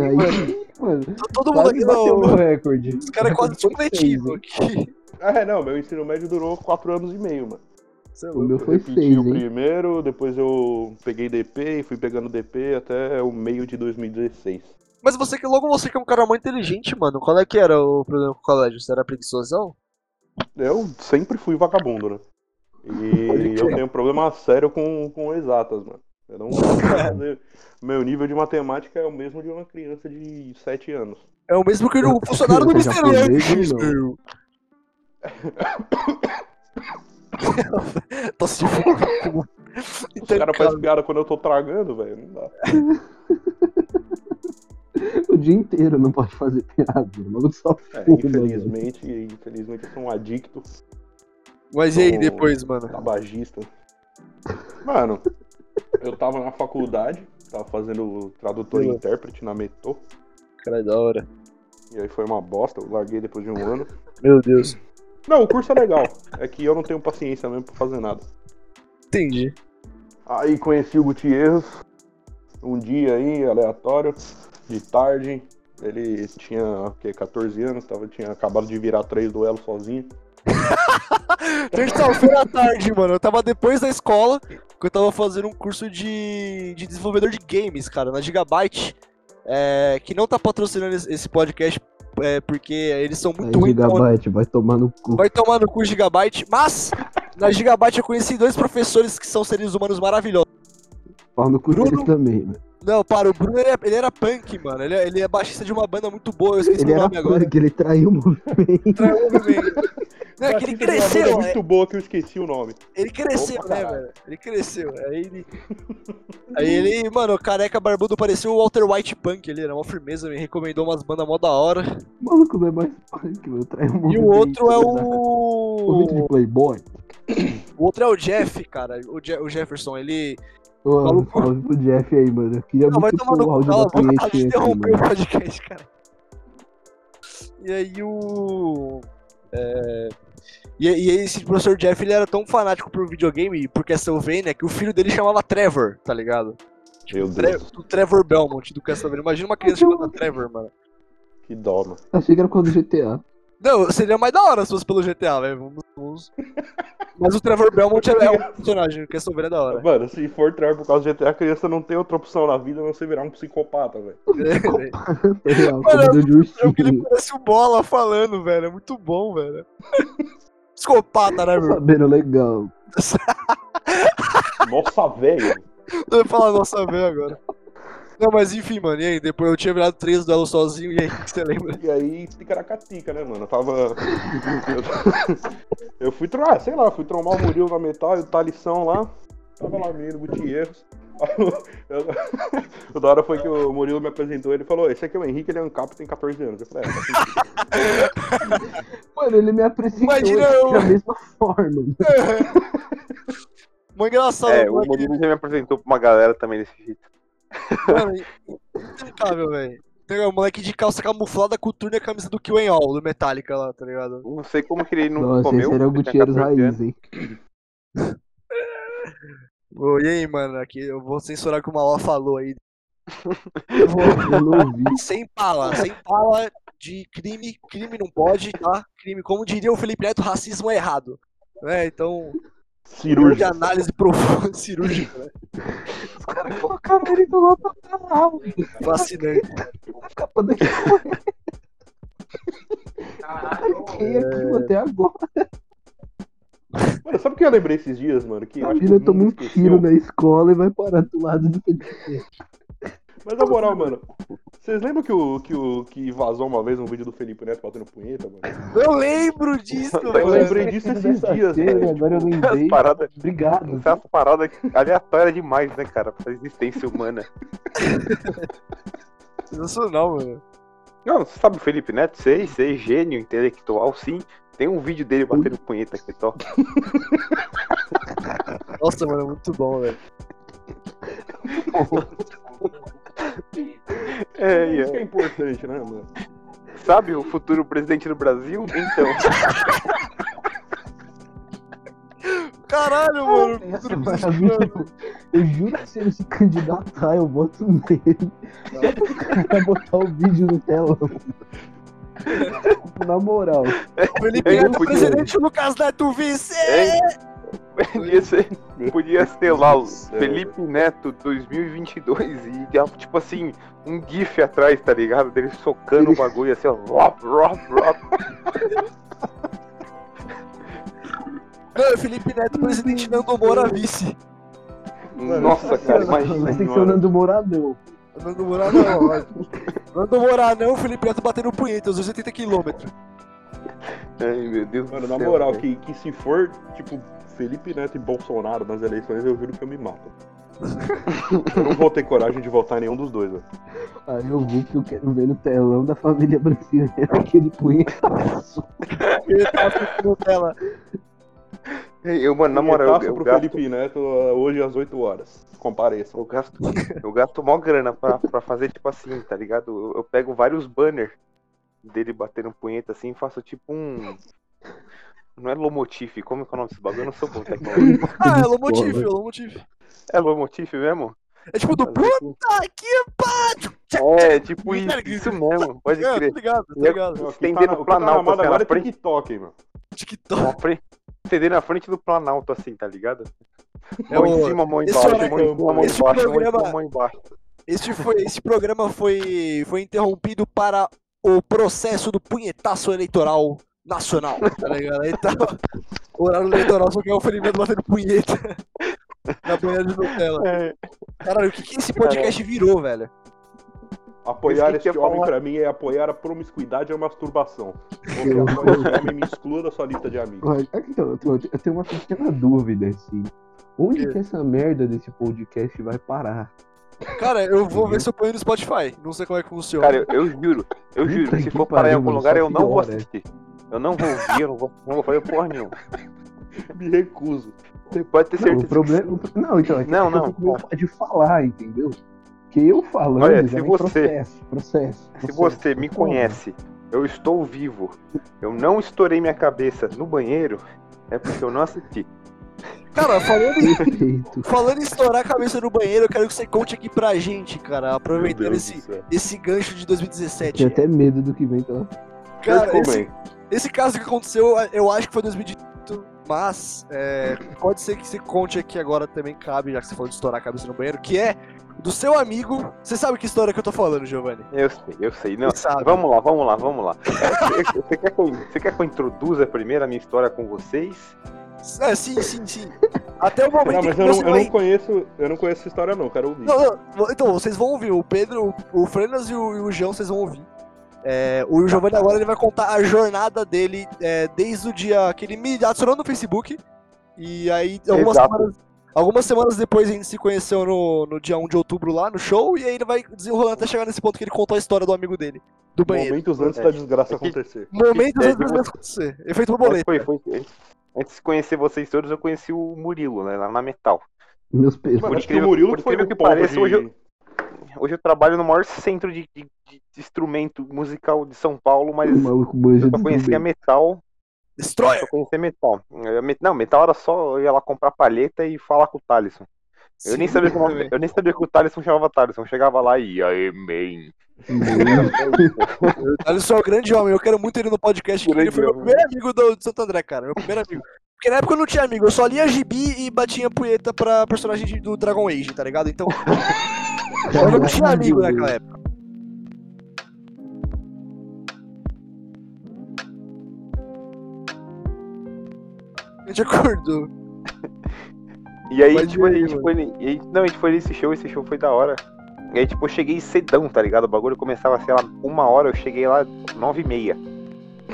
[SPEAKER 2] Aí,
[SPEAKER 3] mano,
[SPEAKER 2] mano,
[SPEAKER 3] todo mundo
[SPEAKER 2] quase
[SPEAKER 3] aqui
[SPEAKER 2] bateu
[SPEAKER 3] não.
[SPEAKER 2] o recorde.
[SPEAKER 3] Os caras é quase supletivo aqui.
[SPEAKER 4] É, não, meu ensino médio durou quatro anos e meio, mano.
[SPEAKER 3] Você é
[SPEAKER 2] O
[SPEAKER 3] louco.
[SPEAKER 2] meu
[SPEAKER 4] Eu
[SPEAKER 2] foi
[SPEAKER 4] repeti
[SPEAKER 2] seis,
[SPEAKER 4] o
[SPEAKER 2] hein?
[SPEAKER 4] primeiro, depois eu peguei DP e fui pegando DP até o meio de 2016.
[SPEAKER 3] Mas você que logo você que é um cara muito inteligente, mano. Qual é que era o problema com o colégio? Você era preguiçosão?
[SPEAKER 4] Eu sempre fui vagabundo, né?
[SPEAKER 3] Pode
[SPEAKER 4] E eu
[SPEAKER 3] crer.
[SPEAKER 4] tenho um problema sério com, com exatas, mano. Eu não consigo fazer. Meu nível de matemática é o mesmo de uma criança de 7 anos.
[SPEAKER 3] É o mesmo que o funcionário do né,
[SPEAKER 2] Eu já
[SPEAKER 3] Ministério
[SPEAKER 2] falei,
[SPEAKER 3] Público. Tô se divulgando.
[SPEAKER 4] Os caras fazem piada quando eu tô tragando, velho. Não dá.
[SPEAKER 2] O dia inteiro não pode fazer piada, mano. Só
[SPEAKER 4] É,
[SPEAKER 2] Porra,
[SPEAKER 4] infelizmente, infelizmente eu sou um adicto
[SPEAKER 3] Mas e aí depois, mano?
[SPEAKER 4] tabagista. Mano, eu tava na faculdade, tava fazendo tradutor e
[SPEAKER 3] Beleza.
[SPEAKER 4] intérprete na Metô.
[SPEAKER 3] Cara, é da hora.
[SPEAKER 4] E aí foi uma bosta, eu larguei depois de um ano.
[SPEAKER 3] Meu Deus.
[SPEAKER 4] Não, o curso é legal. É que eu não tenho paciência mesmo pra fazer nada.
[SPEAKER 3] Entendi.
[SPEAKER 4] Aí conheci o Gutierrez um dia aí, aleatório, de tarde. Ele tinha o quê, 14 anos, tava, tinha acabado de virar três duelos sozinho.
[SPEAKER 3] Terça-feira à tarde, mano. Eu tava depois da escola, que eu tava fazendo um curso de, de desenvolvedor de games, cara, na Gigabyte. é, que não tá patrocinando esse esse podcast, é, porque eles são
[SPEAKER 4] É,
[SPEAKER 3] muito
[SPEAKER 2] Aí,
[SPEAKER 3] ruins. então
[SPEAKER 2] Gigabyte, vai tomar no cu.
[SPEAKER 3] Vai tomar no cu Gigabyte, mas na Gigabyte eu conheci dois professores que são seres humanos maravilhosos.
[SPEAKER 2] Pau no cu
[SPEAKER 3] Bruno-
[SPEAKER 2] dele também, né?
[SPEAKER 3] Não, para, o Bruno ele, é- ele era punk, mano. Ele, é- ele é baixista de uma banda muito boa, eu esqueci
[SPEAKER 2] Ele
[SPEAKER 3] o
[SPEAKER 2] era
[SPEAKER 3] nome agora.
[SPEAKER 2] punk, ele traiu o movimento.
[SPEAKER 3] Traiu o movimento. Não, é que ele
[SPEAKER 4] Baixista de uma banda
[SPEAKER 3] cresceu, né?
[SPEAKER 4] muito boa que eu esqueci o nome.
[SPEAKER 3] Ele cresceu,
[SPEAKER 4] Opa,
[SPEAKER 3] né,
[SPEAKER 4] caralho.
[SPEAKER 3] velho? Ele cresceu. Aí ele. Aí ele, mano, careca barbudo, parecia o Walter White Punk, ele era uma firmeza, me recomendou umas bandas mó da hora.
[SPEAKER 2] O maluco não é mais punk, mano. Traiu o movimento.
[SPEAKER 3] E o outro é
[SPEAKER 2] O vídeo de
[SPEAKER 3] o.
[SPEAKER 2] Playboy.
[SPEAKER 3] O outro é o Jeff, cara. O, Je- o Jefferson, ele.
[SPEAKER 2] Ô,
[SPEAKER 3] Maluco.
[SPEAKER 2] Salve pro Jeff aí, mano. Eu queria
[SPEAKER 3] Não, vai
[SPEAKER 2] muito
[SPEAKER 3] tomar
[SPEAKER 2] pôr
[SPEAKER 3] no
[SPEAKER 2] o
[SPEAKER 3] cu,
[SPEAKER 2] áudio
[SPEAKER 3] cala
[SPEAKER 2] da
[SPEAKER 3] a boca, acaba de
[SPEAKER 2] punhetinha aqui,
[SPEAKER 3] interromper o
[SPEAKER 2] mano.
[SPEAKER 3] podcast, cara. E aí o... é, E, e aí esse professor Jeff, ele era tão fanático pro videogame, por Castlevania, que o filho dele chamava Trevor, tá ligado?
[SPEAKER 4] Meu
[SPEAKER 3] Tre-
[SPEAKER 4] Deus,
[SPEAKER 3] do Trevor Belmont, do Castlevania. Imagina uma criança chamada Trevor, mano.
[SPEAKER 4] que dó, mano.
[SPEAKER 2] Achei que era quando GTA.
[SPEAKER 3] Não, seria mais da hora se fosse pelo GTA, velho. Vamos, vamos. Mas o Trevor Belmont é, é um personagem, o Castlevania é da hora.
[SPEAKER 4] Mano, se for trair por causa de GTA, a criança não tem outra opção na vida a não ser virar um psicopata, velho.
[SPEAKER 2] Foi real,
[SPEAKER 3] Mano,
[SPEAKER 2] comida de
[SPEAKER 3] jogo que ele
[SPEAKER 2] ursinho.
[SPEAKER 3] parece É o Bola falando, velho. É muito bom, velho. Psicopata, né, meu?
[SPEAKER 2] Tá Sabendo legal.
[SPEAKER 4] Nossa, velho.
[SPEAKER 3] Eu ia falar nossa vez agora. Não, mas enfim, mano, e aí? Depois eu tinha virado três duelos sozinho, e aí, o que você lembra?
[SPEAKER 4] E aí, ticaracatica, né, mano? Eu tava. Eu- Eu fui trocar, sei lá, fui trombar o Murilo na metal e o Talição lá. Tava lá menino, Gutierrez. Aí eu- eu- O da hora foi que o Murilo me apresentou, ele falou, esse aqui é o Henrique, ele é um capo, tem 14 anos. Eu falei, é, tá
[SPEAKER 2] Mano, ele me apresentou
[SPEAKER 3] Imagina
[SPEAKER 2] aqui
[SPEAKER 3] eu-
[SPEAKER 2] da mesma forma. mano.
[SPEAKER 3] Mó engraçado,
[SPEAKER 5] É, o
[SPEAKER 3] moleque,
[SPEAKER 5] Murilo já me apresentou pra uma galera também desse jeito.
[SPEAKER 3] mano. Intancável, velho. Tem um moleque de calça camuflada com o turno e a camisa do Kill All, do Metallica lá, tá ligado?
[SPEAKER 5] Não sei como que ele não
[SPEAKER 2] Nossa,
[SPEAKER 5] comeu.
[SPEAKER 2] esse era tá o
[SPEAKER 5] ele tá tinha
[SPEAKER 2] Gutierrez
[SPEAKER 5] 14 anos.
[SPEAKER 2] Raiz, hein.
[SPEAKER 3] Ô, e aí, mano, aqui eu vou censurar o que o Maló falou aí. Eu vou...
[SPEAKER 2] Eu não ouvi.
[SPEAKER 3] Sem pala, sem pala de crime, crime não pode, tá? Crime, como diria o Felipe Neto, racismo é errado. Né? Então, de
[SPEAKER 4] cirúrgico.
[SPEAKER 3] análise profunda, cirúrgica, né?
[SPEAKER 2] Os caras colocaram ele do lado do canal.
[SPEAKER 3] Fascinante. Tá
[SPEAKER 2] A capa daqui Fiquei aquilo até agora.
[SPEAKER 4] Mano, sabe o que eu lembrei esses dias, mano? Que eu acho que
[SPEAKER 2] Imagina,
[SPEAKER 4] todo
[SPEAKER 2] toma
[SPEAKER 4] mundo
[SPEAKER 2] um
[SPEAKER 4] esqueceu.
[SPEAKER 2] tiro na escola e vai parar do lado do PDC.
[SPEAKER 4] Mas na moral, mano, vocês lembram que, o, que, o, que vazou uma vez um vídeo do Felipe Neto batendo punheta, mano?
[SPEAKER 3] Eu lembro disso,
[SPEAKER 5] Eu
[SPEAKER 4] Eu
[SPEAKER 3] velho.
[SPEAKER 4] lembrei disso esses dias, velho. Tipo,
[SPEAKER 2] Agora eu lembrei.
[SPEAKER 5] As paradas,
[SPEAKER 2] Obrigado.
[SPEAKER 4] é
[SPEAKER 5] essas paradas aleatórias demais, né, cara? Pra existência humana.
[SPEAKER 3] Sensacional, mano.
[SPEAKER 5] Não, você sabe o Felipe Neto? Sei, sei, gênio, intelectual, sim. Tem um vídeo dele batendo punheta aqui, top.
[SPEAKER 3] Nossa, mano, muito bom, velho.
[SPEAKER 5] É,
[SPEAKER 4] Isso
[SPEAKER 5] é.
[SPEAKER 4] que é importante, né, mano?
[SPEAKER 5] Sabe o futuro presidente do Brasil? Então.
[SPEAKER 3] Caralho, mano.
[SPEAKER 2] Maravilhoso. tipo, Eu juro que se ele se candidatar, eu voto nele. Pra botar o vídeo no telão. Tipo, Na moral.
[SPEAKER 3] Felipe
[SPEAKER 5] Eu
[SPEAKER 3] Neto,
[SPEAKER 5] podia.
[SPEAKER 3] presidente Lucas Neto, vice!
[SPEAKER 5] Hein? Podia ser, podia ser lá o
[SPEAKER 4] Céu.
[SPEAKER 5] Felipe
[SPEAKER 4] né?
[SPEAKER 5] Neto 2022 e tipo assim, um gif atrás, tá ligado? Dele socando o bagulho assim, ó. Rop, rop, rop.
[SPEAKER 3] Mano, É, Felipe Neto, presidente Nando Moura, vice.
[SPEAKER 5] Nossa, cara,
[SPEAKER 2] Mas tem
[SPEAKER 5] imagina.
[SPEAKER 2] que ser o
[SPEAKER 5] mano.
[SPEAKER 2] Nando Moradão.
[SPEAKER 3] Nando Moura não, ó. Nando Moura não, Felipe Neto batendo punheta, aos 80 km.
[SPEAKER 5] Ai, meu Deus
[SPEAKER 4] Mano,
[SPEAKER 5] do
[SPEAKER 4] na
[SPEAKER 5] céu,
[SPEAKER 4] moral,
[SPEAKER 5] velho.
[SPEAKER 4] que, que se for, tipo, Felipe Neto e Bolsonaro nas eleições, eu juro que eu me mato. eu não vou ter coragem de votar em nenhum dos dois, velho.
[SPEAKER 2] Ah, eu vou que eu quero ver no telão da família brasileira aquele punhetaço.
[SPEAKER 3] Ele tá no tela.
[SPEAKER 5] Eu, mano, na moral, eu,
[SPEAKER 4] Punhetaço
[SPEAKER 5] eu
[SPEAKER 4] pro
[SPEAKER 5] gasto,
[SPEAKER 4] Felipe Neto uh, hoje às 8 horas. Compareça.
[SPEAKER 5] eu gasto, eu gasto mó grana pra, pra fazer tipo assim, tá ligado? Eu, eu pego vários banners dele batendo punheta assim e faço tipo um. Não é Lomotif, como é que é o nome desse bagulho? Eu não sou bom tecnológico.
[SPEAKER 3] Ah, é Lomotif, é Lomotif.
[SPEAKER 5] É Lomotif mesmo?
[SPEAKER 3] É tipo do puta que pariu!
[SPEAKER 5] É, tipo isso, isso mesmo, pode
[SPEAKER 3] É,
[SPEAKER 5] crer.
[SPEAKER 3] tá ligado, tá
[SPEAKER 5] Eu-
[SPEAKER 3] ligado.
[SPEAKER 4] O que tá na-
[SPEAKER 5] Estendendo
[SPEAKER 4] o que
[SPEAKER 5] o
[SPEAKER 4] tá na
[SPEAKER 5] Planalto,
[SPEAKER 4] moda
[SPEAKER 5] assim,
[SPEAKER 4] agora
[SPEAKER 5] na
[SPEAKER 4] é
[SPEAKER 5] frente,
[SPEAKER 4] TikTok, hein, mano.
[SPEAKER 3] TikTok.
[SPEAKER 5] na frente, estendendo na frente do Planalto, assim, tá ligado?
[SPEAKER 3] É
[SPEAKER 5] Mão em
[SPEAKER 3] o-
[SPEAKER 5] cima, mão
[SPEAKER 3] esse
[SPEAKER 5] embaixo,
[SPEAKER 3] horário-
[SPEAKER 5] mão em cima, mão
[SPEAKER 3] esse
[SPEAKER 5] embaixo, mão em
[SPEAKER 3] programa-
[SPEAKER 5] cima, mão embaixo.
[SPEAKER 3] Este foi, esse programa foi, foi interrompido para o processo do punhetaço eleitoral nacional, tá ligado? Então, o horário eleitoral só que é o Felipe Neto batendo punheta na banheira de Nutella. Caralho, o que, que esse podcast virou, velho?
[SPEAKER 4] Apoiar
[SPEAKER 5] Isso que
[SPEAKER 4] este
[SPEAKER 5] eu ia
[SPEAKER 4] homem
[SPEAKER 5] falar.
[SPEAKER 4] pra mim é apoiar a promiscuidade e a masturbação.
[SPEAKER 2] Eu-
[SPEAKER 4] Ou que este homem me exclua da sua lista de amigos.
[SPEAKER 2] Olha, Então, eu tenho- eu tenho uma pequena dúvida, assim. Onde
[SPEAKER 3] É.
[SPEAKER 2] que essa merda desse podcast vai parar?
[SPEAKER 3] Cara, eu vou ver se eu ponho no Spotify. Não sei como é que funciona.
[SPEAKER 5] Cara, eu, eu juro, eu
[SPEAKER 2] Puta
[SPEAKER 5] juro, se
[SPEAKER 2] que
[SPEAKER 5] for parar em
[SPEAKER 2] pariu,
[SPEAKER 5] algum
[SPEAKER 2] mano,
[SPEAKER 5] lugar
[SPEAKER 2] só
[SPEAKER 5] eu não vou
[SPEAKER 2] piora.
[SPEAKER 5] assistir. Eu não vou ouvir, eu não vou, não vou fazer porra nenhuma.
[SPEAKER 4] Me recuso.
[SPEAKER 5] Você pode ter
[SPEAKER 2] Não,
[SPEAKER 5] certeza.
[SPEAKER 2] o problema. o- Não, então, é que
[SPEAKER 5] Não,
[SPEAKER 2] eu
[SPEAKER 5] não.
[SPEAKER 2] fico com medo de falar, entendeu? Que eu falando
[SPEAKER 5] Olha,
[SPEAKER 2] já
[SPEAKER 5] se
[SPEAKER 2] é
[SPEAKER 5] você-
[SPEAKER 2] processo, processo,
[SPEAKER 5] Se
[SPEAKER 2] processo.
[SPEAKER 5] você me
[SPEAKER 2] Não,
[SPEAKER 5] conhece, eu estou vivo, eu não estourei minha cabeça no banheiro, é porque eu não assisti.
[SPEAKER 3] Cara, falando, em-
[SPEAKER 2] Perfeito.
[SPEAKER 3] falando em estourar a cabeça no banheiro, eu quero que você conte aqui pra gente, cara,
[SPEAKER 4] Meu
[SPEAKER 3] aproveitando
[SPEAKER 4] Deus do
[SPEAKER 3] esse,
[SPEAKER 4] céu.
[SPEAKER 3] esse gancho
[SPEAKER 2] Tenho
[SPEAKER 3] de 2017.
[SPEAKER 2] até medo do que vem pela
[SPEAKER 3] Cara,
[SPEAKER 4] Mas como,
[SPEAKER 3] esse,
[SPEAKER 4] hein?
[SPEAKER 3] Esse caso que aconteceu, eu acho que foi 2018, mas é, pode ser que você conte aqui agora também, cabe, já que você falou de estourar a cabeça no banheiro, que é do seu amigo. Você sabe que história que eu tô falando, Giovanni?
[SPEAKER 5] Eu sei, eu sei. Não,
[SPEAKER 3] Você sabe.
[SPEAKER 5] vamos lá, vamos lá, vamos lá. É, Você- Você quer que eu, você quer que eu introduza primeiro a minha história com vocês?
[SPEAKER 3] É, sim, sim, sim. Até o momento
[SPEAKER 4] Não,
[SPEAKER 3] em
[SPEAKER 4] mas
[SPEAKER 3] que
[SPEAKER 4] eu não,
[SPEAKER 3] você
[SPEAKER 4] eu
[SPEAKER 3] vai...
[SPEAKER 4] não conheço, eu não conheço essa história não, quero ouvir.
[SPEAKER 3] Não, não, então, vocês vão ouvir. O Pedro, o Frenas e o, e o João, vocês vão ouvir. É, o Giovanni agora ele vai contar a jornada dele é, desde o dia que ele me adicionou no Facebook. E aí, algumas
[SPEAKER 5] Exato.
[SPEAKER 3] semanas, algumas semanas depois, a gente se conheceu no, no dia 1 de outubro lá no show. E aí ele vai desenrolando até chegar nesse ponto que ele contou a história do amigo dele, do banheiro.
[SPEAKER 4] Momentos antes da desgraça acontecer.
[SPEAKER 3] Momentos
[SPEAKER 5] É,
[SPEAKER 3] antes
[SPEAKER 5] de
[SPEAKER 3] de acontecer. Efeito
[SPEAKER 5] Mas
[SPEAKER 3] borboleta.
[SPEAKER 5] Foi, foi, antes- antes de conhecer vocês todos, eu conheci o Murilo, né, lá na Metal.
[SPEAKER 2] meus pesos.
[SPEAKER 4] Mano,
[SPEAKER 5] Por
[SPEAKER 4] acho que o
[SPEAKER 5] incrível-
[SPEAKER 4] Murilo
[SPEAKER 5] por
[SPEAKER 4] foi
[SPEAKER 5] incrível
[SPEAKER 4] o
[SPEAKER 5] que
[SPEAKER 4] ponto
[SPEAKER 5] pareça,
[SPEAKER 4] de-
[SPEAKER 5] hoje eu- Hoje eu trabalho no maior centro de, de- de instrumento musical de São Paulo, mas
[SPEAKER 2] O maluco manja
[SPEAKER 5] eu
[SPEAKER 2] de
[SPEAKER 5] só conhecia
[SPEAKER 2] tudo.
[SPEAKER 5] metal.
[SPEAKER 3] Destroyer!
[SPEAKER 5] Só conhecia metal. Eu- me- Não, metal era só eu ia lá comprar palheta e falar com o Thaleson. Eu nem, sabia que o nome- eu nem sabia que o Thaleson chamava Thaleson. Eu chegava lá e "E aí, man.
[SPEAKER 3] Olha só, o grande homem, eu quero muito ele no podcast. que Ele
[SPEAKER 5] Grande
[SPEAKER 3] foi meu
[SPEAKER 5] homem.
[SPEAKER 3] primeiro amigo do, de Santo André, cara. Meu primeiro amigo. Porque na época eu não tinha amigo, eu só lia gibi e batia punheta pra personagem de- do Dragon Age, tá ligado? Então, eu
[SPEAKER 2] é
[SPEAKER 3] não tinha amigo
[SPEAKER 5] né,
[SPEAKER 3] naquela época. A gente acordou.
[SPEAKER 5] E aí,
[SPEAKER 3] Pode
[SPEAKER 5] tipo,
[SPEAKER 3] ir,
[SPEAKER 5] a gente foi, ne- e aí- não, a gente foi nesse show, esse show foi da hora. E aí, tipo, eu cheguei cedão, tá ligado? O bagulho começava, sei lá, uma hora, eu cheguei lá nove e meia.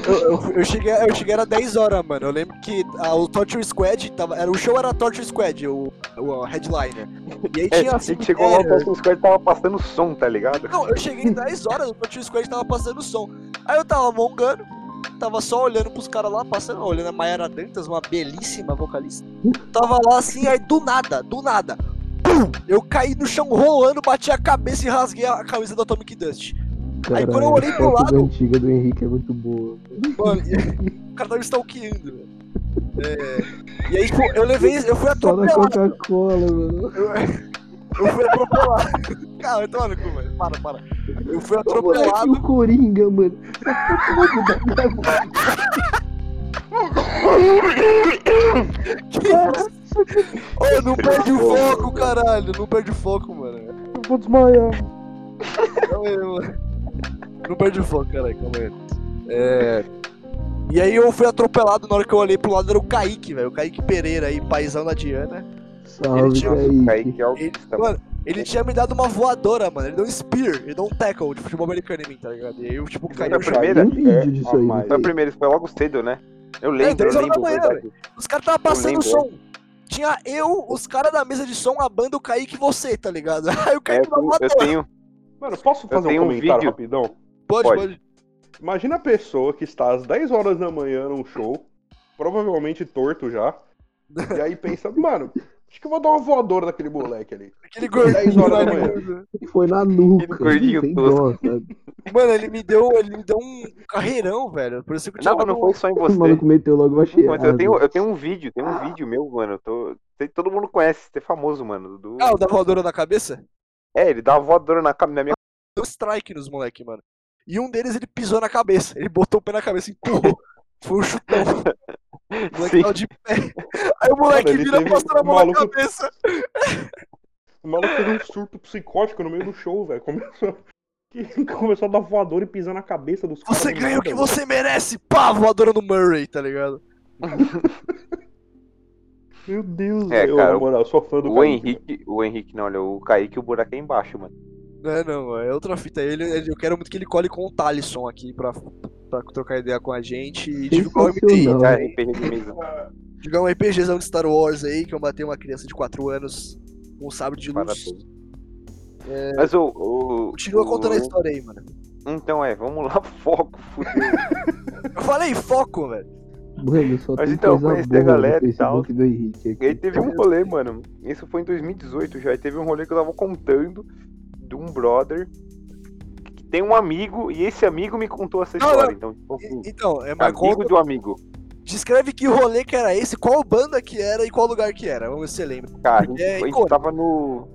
[SPEAKER 3] Eu, eu, eu cheguei, eu cheguei era 10 horas, mano. Eu lembro que ah, o Torture Squad tava. Era, o show era Torture Squad, o, o headliner. E aí
[SPEAKER 5] É,
[SPEAKER 3] tinha
[SPEAKER 5] a gente chegou lá, o Thaleson Squad tava passando som, tá ligado?
[SPEAKER 3] Não, eu cheguei em 10 horas, o Torture Squad tava passando som. Aí eu tava mongando, tava só olhando pros caras lá, passando, olhando a Mayara Dantas, uma belíssima vocalista. Tava lá assim, aí do nada, do nada. Pum! Eu caí no chão rolando, bati a cabeça e rasguei a camisa do Atomic Dust. Aí quando eu olhei pro
[SPEAKER 2] a
[SPEAKER 3] lado-
[SPEAKER 2] antiga do Henrique é muito boa.
[SPEAKER 3] Mano, e- o cara tá me stalkeando, velho. E aí, tipo, eu levei. Eu
[SPEAKER 2] Só
[SPEAKER 3] fui
[SPEAKER 2] na
[SPEAKER 3] atropelado.
[SPEAKER 2] Coca-Cola, mano.
[SPEAKER 3] Eu, eu fui atropelado. Cara, eu tô no cu, velho. Para, para. Eu fui
[SPEAKER 2] um Moleque,
[SPEAKER 3] atropelado.
[SPEAKER 2] o Coringa, mano. Tudo da minha vida.
[SPEAKER 3] Ô, não perde o foco, caralho. Não perde o foco, mano.
[SPEAKER 2] Eu vou desmaiar.
[SPEAKER 3] Calma aí, mano. Não perde o foco, caralho. Calma aí. É. E aí eu fui atropelado na hora que eu olhei pro lado, era o Kaique, velho. O Kaique Pereira aí, paizão da Diana.
[SPEAKER 2] Salve,
[SPEAKER 3] tinha um
[SPEAKER 2] Kaique.
[SPEAKER 5] Kaique é autista, mano.
[SPEAKER 3] Mano, ele tinha me dado uma voadora, mano. Ele deu um spear, ele deu um tackle de futebol americano em mim, tá ligado? E aí eu, tipo, caí
[SPEAKER 5] Foi
[SPEAKER 3] no
[SPEAKER 5] a
[SPEAKER 3] chão.
[SPEAKER 5] primeira?
[SPEAKER 2] Tem um vídeo
[SPEAKER 4] É,
[SPEAKER 2] disso aí.
[SPEAKER 4] a
[SPEAKER 2] não
[SPEAKER 4] mais.
[SPEAKER 5] Foi a
[SPEAKER 2] tem?
[SPEAKER 5] primeira, foi logo cedo, né? Eu
[SPEAKER 3] É,
[SPEAKER 5] lembro,
[SPEAKER 3] três
[SPEAKER 5] eu
[SPEAKER 3] horas da
[SPEAKER 5] lembro,
[SPEAKER 3] manhã,
[SPEAKER 5] verdade.
[SPEAKER 3] Os caras tava passando
[SPEAKER 5] lembro,
[SPEAKER 3] som. Tinha eu, os caras da mesa de som, a banda, o Kaique e você, tá ligado? Aí o
[SPEAKER 5] É, eu
[SPEAKER 3] Kaique me
[SPEAKER 5] tenho- eu
[SPEAKER 3] matou.
[SPEAKER 5] tenho.
[SPEAKER 4] Mano, posso
[SPEAKER 5] Eu
[SPEAKER 4] fazer um
[SPEAKER 5] tenho um
[SPEAKER 4] comentário
[SPEAKER 5] vídeo.
[SPEAKER 4] rapidão?
[SPEAKER 3] Pode,
[SPEAKER 5] pode.
[SPEAKER 3] pode.
[SPEAKER 4] Imagina a pessoa que está às 10 horas da manhã num show, provavelmente torto já, e aí pensa, mano, acho que eu vou dar uma voadora naquele moleque ali.
[SPEAKER 3] Aquele gordinho.
[SPEAKER 4] 10 horas da
[SPEAKER 3] né?
[SPEAKER 4] manhã.
[SPEAKER 2] Foi na nuca.
[SPEAKER 5] Aquele gordinho
[SPEAKER 2] Sem
[SPEAKER 5] tosco.
[SPEAKER 2] dó, sabe?
[SPEAKER 3] Mano, ele me deu. Ele me deu um carreirão, velho. Por isso que eu tinha
[SPEAKER 5] Não, não foi só em
[SPEAKER 2] O
[SPEAKER 5] você.
[SPEAKER 2] maluco meteu logo uma
[SPEAKER 5] Mas eu
[SPEAKER 2] cheirada.
[SPEAKER 5] tenho, eu tenho um vídeo, tem
[SPEAKER 3] Ah.
[SPEAKER 5] um vídeo meu, mano. eu tô- sei- todo mundo conhece, você é famoso, mano. do-
[SPEAKER 3] Ah, o da voadora na cabeça?
[SPEAKER 5] É, ele dá uma voadora na, cam- na minha
[SPEAKER 3] Deu strike nos moleque, mano. E um deles ele pisou na cabeça. Ele botou o pé na cabeça e empurrou. Foi um chutão. O moleque
[SPEAKER 5] Sim.
[SPEAKER 3] tava de pé. Aí o moleque
[SPEAKER 4] Mano, ele
[SPEAKER 3] vira
[SPEAKER 4] teve-
[SPEAKER 3] passando a
[SPEAKER 4] o
[SPEAKER 3] mão na
[SPEAKER 4] maluco-
[SPEAKER 3] cabeça.
[SPEAKER 4] O maluco teve um surto psicótico no meio do show, velho. Começou, que- começou a dar voadora e pisar na cabeça dos caras.
[SPEAKER 3] Você
[SPEAKER 4] do
[SPEAKER 3] ganha o
[SPEAKER 4] nada,
[SPEAKER 3] que
[SPEAKER 4] velho.
[SPEAKER 3] você merece! Pá, voadora no Murray, tá ligado?
[SPEAKER 4] Meu Deus,
[SPEAKER 5] É,
[SPEAKER 4] velho.
[SPEAKER 5] cara,
[SPEAKER 4] Eu, mano, eu sou fã do
[SPEAKER 5] O
[SPEAKER 4] Kaique, velho.
[SPEAKER 5] Henrique, o Henrique não, olha, o Kaique, o buraco é embaixo, mano.
[SPEAKER 3] Não, não, é outra fita. Ele, ele- eu quero muito que ele cole com o Talisson aqui pra, pra trocar ideia com a gente e divulgar um MTI.
[SPEAKER 2] Sensacional.
[SPEAKER 5] Ah, ele perdeu de mesa.
[SPEAKER 3] Divulgar um RPGzão de Star Wars aí, que eu matei uma criança de 4 anos com um sabre de luz.
[SPEAKER 5] Parabéns. Mas o. o-
[SPEAKER 3] É. Continua
[SPEAKER 5] o-
[SPEAKER 3] contando a história aí, mano.
[SPEAKER 5] Então é, vamos lá, foco, fudeu.
[SPEAKER 3] Eu falei foco, velho.
[SPEAKER 2] Mano, só
[SPEAKER 5] Mas
[SPEAKER 2] tem
[SPEAKER 5] então,
[SPEAKER 2] coisa
[SPEAKER 5] conheci a
[SPEAKER 2] boa
[SPEAKER 5] galera
[SPEAKER 2] no
[SPEAKER 5] e tal.
[SPEAKER 2] Facebook do Henrique
[SPEAKER 5] E aí
[SPEAKER 2] aqui.
[SPEAKER 5] teve um rolê, mano. Isso foi em 2018 já. E teve um rolê que eu tava contando de um brother que tem um amigo e esse amigo me contou essa
[SPEAKER 3] Não,
[SPEAKER 5] história. Então, tipo assim,
[SPEAKER 3] E- então, é mas
[SPEAKER 5] amigo
[SPEAKER 3] conta-
[SPEAKER 5] do amigo.
[SPEAKER 3] Descreve que rolê que era esse, qual banda que era e qual lugar que era. Vamos ver se você lembra.
[SPEAKER 5] Cara, a gente,
[SPEAKER 3] É
[SPEAKER 5] a gente
[SPEAKER 3] icônico.
[SPEAKER 5] tava no.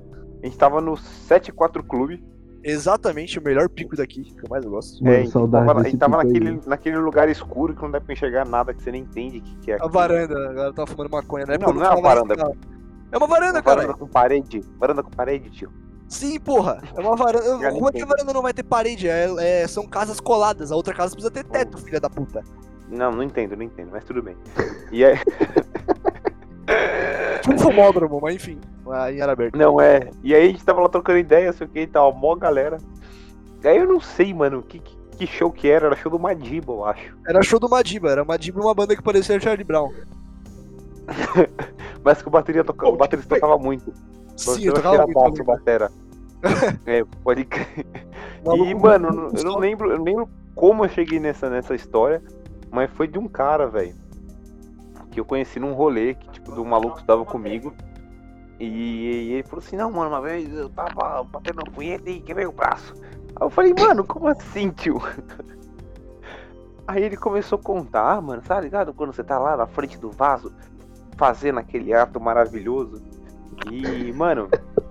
[SPEAKER 5] A gente tava no 74 Clube.
[SPEAKER 3] Exatamente o melhor pico daqui, que eu mais gosto.
[SPEAKER 2] Mano,
[SPEAKER 5] é, a gente
[SPEAKER 2] saudade
[SPEAKER 5] tava, a
[SPEAKER 2] desse
[SPEAKER 5] gente tava
[SPEAKER 2] pico tipo aí.
[SPEAKER 5] naquele, naquele lugar escuro que não dá pra enxergar nada, que você nem entende o que, que é.
[SPEAKER 3] A varanda, a galera tava fumando maconha, né?
[SPEAKER 5] Não,
[SPEAKER 3] Porque
[SPEAKER 5] não é uma
[SPEAKER 3] fumava
[SPEAKER 5] varanda.
[SPEAKER 3] cigarro. É uma varanda,
[SPEAKER 5] varanda
[SPEAKER 3] cara.
[SPEAKER 5] com parede. Varanda com parede, tio.
[SPEAKER 3] Sim, porra. É uma varanda.
[SPEAKER 5] Já
[SPEAKER 3] Rua
[SPEAKER 5] nem
[SPEAKER 3] que a varanda não vai ter parede. é- é- são casas coladas. A outra casa precisa ter teto, filha da puta.
[SPEAKER 5] Não, não entendo, não entendo, mas tudo bem. E aí, É.
[SPEAKER 3] Tipo um fumódromo, mas enfim. Aí era aberto.
[SPEAKER 5] não é. E aí a gente tava lá trocando ideia, sei o que e tal, mó galera. E aí eu não sei, mano, que, que que show que era, era show do Madiba, eu acho.
[SPEAKER 3] Era show do Madiba. Era Madiba uma banda que parecia Charlie Brown.
[SPEAKER 5] Mas que o bateria toca,
[SPEAKER 4] Oh,
[SPEAKER 5] o baterista tocava muito.
[SPEAKER 3] Sim, eu
[SPEAKER 5] Eu achei
[SPEAKER 3] tocava
[SPEAKER 5] a
[SPEAKER 3] muito.
[SPEAKER 5] baixo,
[SPEAKER 3] também,
[SPEAKER 5] batera. é, pode crer.
[SPEAKER 3] O maluco
[SPEAKER 5] E,
[SPEAKER 3] muito
[SPEAKER 5] mano, eu não- eu não
[SPEAKER 3] gostoso.
[SPEAKER 5] lembro, eu não lembro como eu cheguei nessa, nessa história, mas foi de um cara, velho, que eu conheci num rolê, que, tipo, do maluco que estava comigo. E, ele falou assim, não, mano, uma vez eu tava batendo uma punheta e quebrei o braço. Aí eu falei, mano, como assim, tio? Aí ele começou a contar, mano, tá ligado? Quando você tá lá na frente do vaso, fazendo aquele ato maravilhoso. E, mano,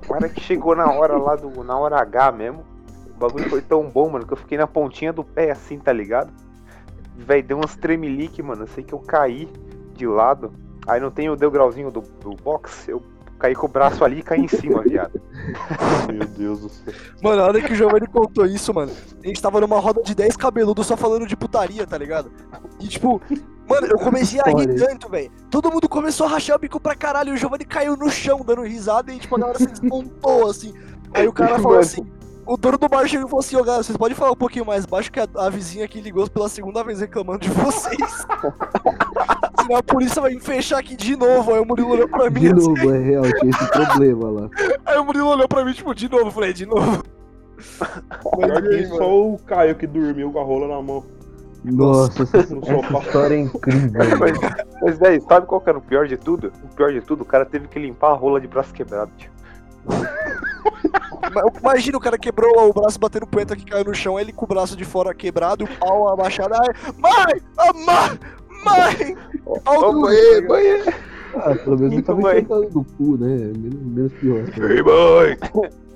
[SPEAKER 5] na hora que chegou na hora lá do. Na hora H mesmo, o bagulho foi tão bom, mano, que eu fiquei na pontinha do pé assim, tá ligado? Véi, deu umas tremelique, mano. Eu sei que eu caí de lado. Aí não tem o degrauzinho do, do box, eu caí com o braço ali e caí em cima, viado.
[SPEAKER 4] Meu Deus do céu.
[SPEAKER 3] Mano, a hora que o Giovanni contou isso, mano, a gente tava numa roda de 10 cabeludos só falando de putaria, tá ligado? E tipo, mano, eu comecei a rir
[SPEAKER 2] Olha.
[SPEAKER 3] tanto, velho. Todo mundo começou a rachar o bico pra caralho e o Giovanni caiu no chão dando risada e tipo, a galera se desmontou assim. Aí o cara falou
[SPEAKER 5] Mano.
[SPEAKER 3] assim. O dono do bar chegou e falou assim, ô galera, vocês podem falar um pouquinho mais baixo que a, a vizinha aqui ligou pela segunda vez reclamando de vocês. Senão a polícia vai me fechar aqui de novo. Aí o Murilo olhou pra mim
[SPEAKER 2] De
[SPEAKER 3] assim,
[SPEAKER 2] novo, é real, tinha esse problema lá.
[SPEAKER 3] aí o Murilo olhou pra mim, tipo, de novo, eu falei, de novo.
[SPEAKER 4] Pior que só o Caio que dormiu com a rola na mão
[SPEAKER 2] Nossa, essa
[SPEAKER 4] no
[SPEAKER 2] essa
[SPEAKER 4] sofá.
[SPEAKER 2] história é incrível.
[SPEAKER 5] mas, mas véi, sabe qual que era o pior de tudo? O pior de tudo, o cara teve que limpar a rola de braço quebrado, tio.
[SPEAKER 3] Ma- Imagina o cara quebrou o braço batendo punheta que caiu no chão, ele com o braço de fora quebrado, o pau abaixado. Ai, mãe! Ah, mãe! Mãe!
[SPEAKER 5] Vamos aí, banheiro!
[SPEAKER 2] Ah, pelo menos ele
[SPEAKER 5] Então
[SPEAKER 2] tava
[SPEAKER 5] vai.
[SPEAKER 2] enxergando no cu, né? Menos, menos pior. Né?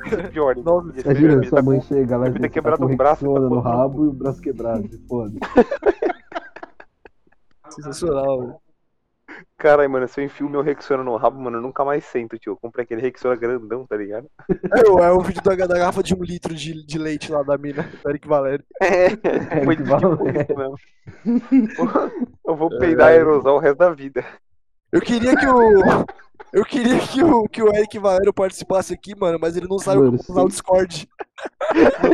[SPEAKER 5] é Pior,
[SPEAKER 3] Nossa,
[SPEAKER 5] ele-
[SPEAKER 2] Imagina
[SPEAKER 5] ele
[SPEAKER 2] sua
[SPEAKER 5] tá
[SPEAKER 2] mãe chegar lá e
[SPEAKER 5] deve ter
[SPEAKER 2] dizer, "Você
[SPEAKER 5] quebrado
[SPEAKER 2] tá com
[SPEAKER 5] um braço,
[SPEAKER 2] Rexona
[SPEAKER 5] tá
[SPEAKER 2] no
[SPEAKER 5] com-
[SPEAKER 2] rabo e o braço quebrado. Foda.
[SPEAKER 3] Sensacional, velho.
[SPEAKER 5] Caralho, mano, se eu enfio meu Rexona no rabo, mano, eu nunca mais sento, tio. Eu comprei aquele Rexona grandão, tá ligado?
[SPEAKER 3] É, o- é o vídeo da, da garrafa de um litro de, de leite lá da mina, do Eric Valério.
[SPEAKER 5] É, foi
[SPEAKER 2] que É
[SPEAKER 5] tipo
[SPEAKER 2] valeu.
[SPEAKER 5] isso mesmo. Eu vou peidar aerosol o resto da vida.
[SPEAKER 3] Eu queria que o. Eu queria que o, que o Eric Valério participasse aqui, mano, mas ele não sabe
[SPEAKER 2] Mano,
[SPEAKER 3] como usar o
[SPEAKER 2] sim.
[SPEAKER 3] Discord.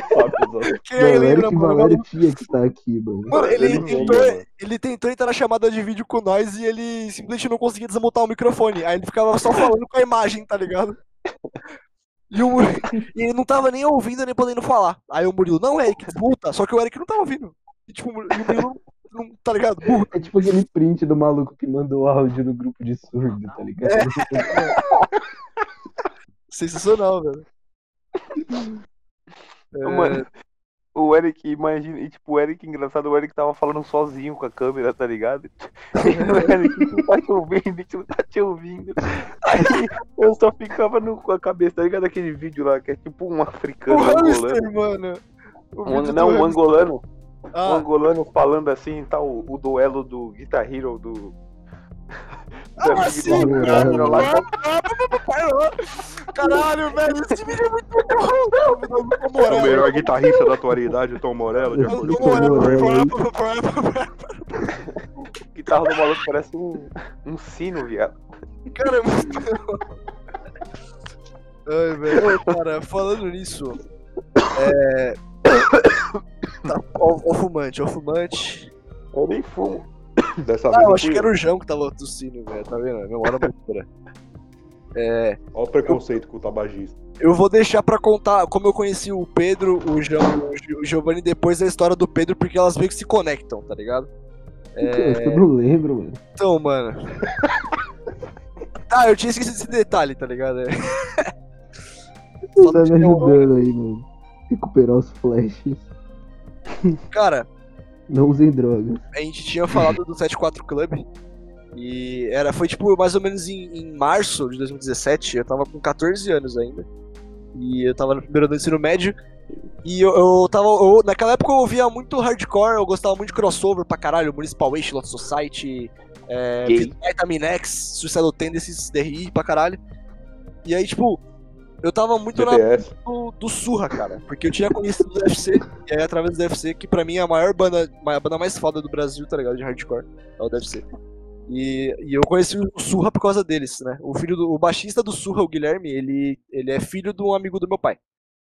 [SPEAKER 4] Sabe,
[SPEAKER 3] Quem aí
[SPEAKER 2] Mano,
[SPEAKER 3] lembra,
[SPEAKER 2] Eric
[SPEAKER 3] mano?
[SPEAKER 2] Valério tinha que estar aqui, mano.
[SPEAKER 3] Mano, ele,
[SPEAKER 4] Eu não lembro,
[SPEAKER 3] tentou,
[SPEAKER 4] mano.
[SPEAKER 3] ele tentou entrar na chamada de vídeo com nós e ele simplesmente não conseguia desmontar o microfone. Aí ele ficava só falando com a imagem, tá ligado? E, o Mur- e ele não tava nem ouvindo, nem podendo falar. Aí o Murilo, não, Eric, desmuta. Só que o Eric não tava ouvindo. E tipo, o Mur- e o Murilo, não, tá ligado? Burro.
[SPEAKER 2] É tipo aquele print do maluco que mandou áudio no grupo de surdo, tá ligado?
[SPEAKER 3] Sensacional, velho. É,
[SPEAKER 5] Mano, o Eric, imagina. E tipo, o Eric, engraçado, o Eric tava falando sozinho com a câmera, tá ligado? o Eric não tá te ouvindo, a gente não tá te ouvindo. Aí eu só ficava no- com a cabeça, tá ligado? Aquele vídeo lá que é tipo um
[SPEAKER 3] o
[SPEAKER 5] africano angolano.
[SPEAKER 3] hamster, mano. O
[SPEAKER 5] Um,
[SPEAKER 3] vídeo
[SPEAKER 5] não,
[SPEAKER 3] é um do
[SPEAKER 5] um
[SPEAKER 3] hamster.
[SPEAKER 5] angolano. O
[SPEAKER 3] Ah,
[SPEAKER 5] angolano falando assim, tá o, o duelo do Guitar Hero do.
[SPEAKER 3] ah,
[SPEAKER 5] da
[SPEAKER 3] sim,
[SPEAKER 5] Big Bang
[SPEAKER 2] cara,
[SPEAKER 5] Theory lá, tá,
[SPEAKER 3] Caralho, velho, esse vídeo é muito bom. Na moral,
[SPEAKER 4] o melhor guitarrista da atualidade, o Tom Morello, de
[SPEAKER 2] Eu
[SPEAKER 4] acordo
[SPEAKER 2] não
[SPEAKER 4] com
[SPEAKER 2] olho.
[SPEAKER 5] a guitarra do maluco parece um, um sino, viado.
[SPEAKER 3] Cara, é muito bom. Ai, velho. Ô, Cara, falando nisso. É. Tá, ó, ó o fumante, ó o fumante.
[SPEAKER 5] Eu nem fumo.
[SPEAKER 4] Dessa
[SPEAKER 3] Ah,
[SPEAKER 4] vez
[SPEAKER 3] eu
[SPEAKER 4] eu
[SPEAKER 3] acho
[SPEAKER 4] fui
[SPEAKER 3] que
[SPEAKER 4] eu.
[SPEAKER 3] era o João que tava tossindo, velho. Tá vendo? Memória matura. É.
[SPEAKER 4] Olha o preconceito com o tabagista.
[SPEAKER 3] Eu vou deixar pra contar como eu conheci o Pedro, o João e o Gio- o Giovanni depois da história do Pedro, porque elas meio que se conectam, tá ligado?
[SPEAKER 2] é, Eu não lembro, mano.
[SPEAKER 3] Então, mano. Ah, eu tinha esquecido esse detalhe, tá ligado? É.
[SPEAKER 2] Você
[SPEAKER 3] Só
[SPEAKER 2] tá
[SPEAKER 3] não
[SPEAKER 2] me
[SPEAKER 3] tinha um-
[SPEAKER 2] ajudando aí, mano. Recuperar os flashes.
[SPEAKER 3] Cara,
[SPEAKER 2] Não usem drogas.
[SPEAKER 3] a gente tinha falado do 74 Club. E era, foi tipo mais ou menos em, em março de 2017. Eu tava com 14 anos ainda. E eu tava no primeiro ano do ensino médio. E eu, eu tava. eu- naquela época eu ouvia muito hardcore, eu gostava muito de crossover pra caralho, Municipal Waste, Lot Society, é,
[SPEAKER 5] Gay.
[SPEAKER 3] Vit- Vitamin X, Suicidal Tendencies, DRI pra caralho. E aí, tipo, eu tava muito na
[SPEAKER 4] BTS.
[SPEAKER 3] do, do Surra, cara. Porque eu tinha conhecido o UFC, e aí através do UFC, que pra mim é a maior banda, a banda mais foda do Brasil, tá ligado? De hardcore. É o UFC. E, e eu conheci o Surra por causa deles, né? O filho do. O baixista do Surra, o Guilherme, ele, ele é filho de um amigo do meu pai.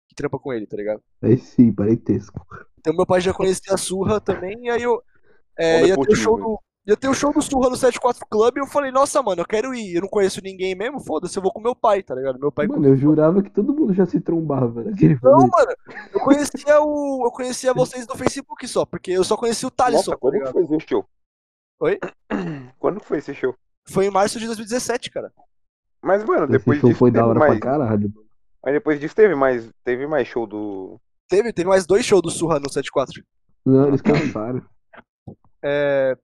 [SPEAKER 3] Que trampa com ele, tá ligado?
[SPEAKER 2] É Aí sim, parentesco.
[SPEAKER 3] Então meu pai já conhecia a Surra também, e aí eu. é,
[SPEAKER 4] Olha
[SPEAKER 3] ia,
[SPEAKER 4] o né?
[SPEAKER 3] ter o show
[SPEAKER 4] motivo,
[SPEAKER 3] do, ia ter o show do Surra no 74 Club e eu falei, nossa, mano, eu quero ir, eu não conheço ninguém mesmo, foda-se, eu vou com meu pai, tá ligado? Meu pai
[SPEAKER 2] Mano, eu jurava que todo mundo já se trombava naquele
[SPEAKER 3] Não,
[SPEAKER 2] momento.
[SPEAKER 3] mano, eu conhecia o. Eu conhecia vocês no Facebook só, porque eu só conheci o Thaleson,
[SPEAKER 5] Nossa,
[SPEAKER 3] tá
[SPEAKER 5] quando que
[SPEAKER 3] ligado?
[SPEAKER 5] foi esse show?
[SPEAKER 3] Oi?
[SPEAKER 5] Quando que foi esse show?
[SPEAKER 3] Foi em março de 2017, cara.
[SPEAKER 5] Mas, mano,
[SPEAKER 2] Esse
[SPEAKER 5] depois
[SPEAKER 2] show
[SPEAKER 5] disso
[SPEAKER 2] foi da
[SPEAKER 5] teve
[SPEAKER 2] hora
[SPEAKER 5] mais.
[SPEAKER 2] pra caralho. mano.
[SPEAKER 5] Mas depois disso teve mais. Teve mais show do.
[SPEAKER 3] Teve, teve mais dois shows do Surra no 74.
[SPEAKER 2] Não, eles cansaram.
[SPEAKER 3] É,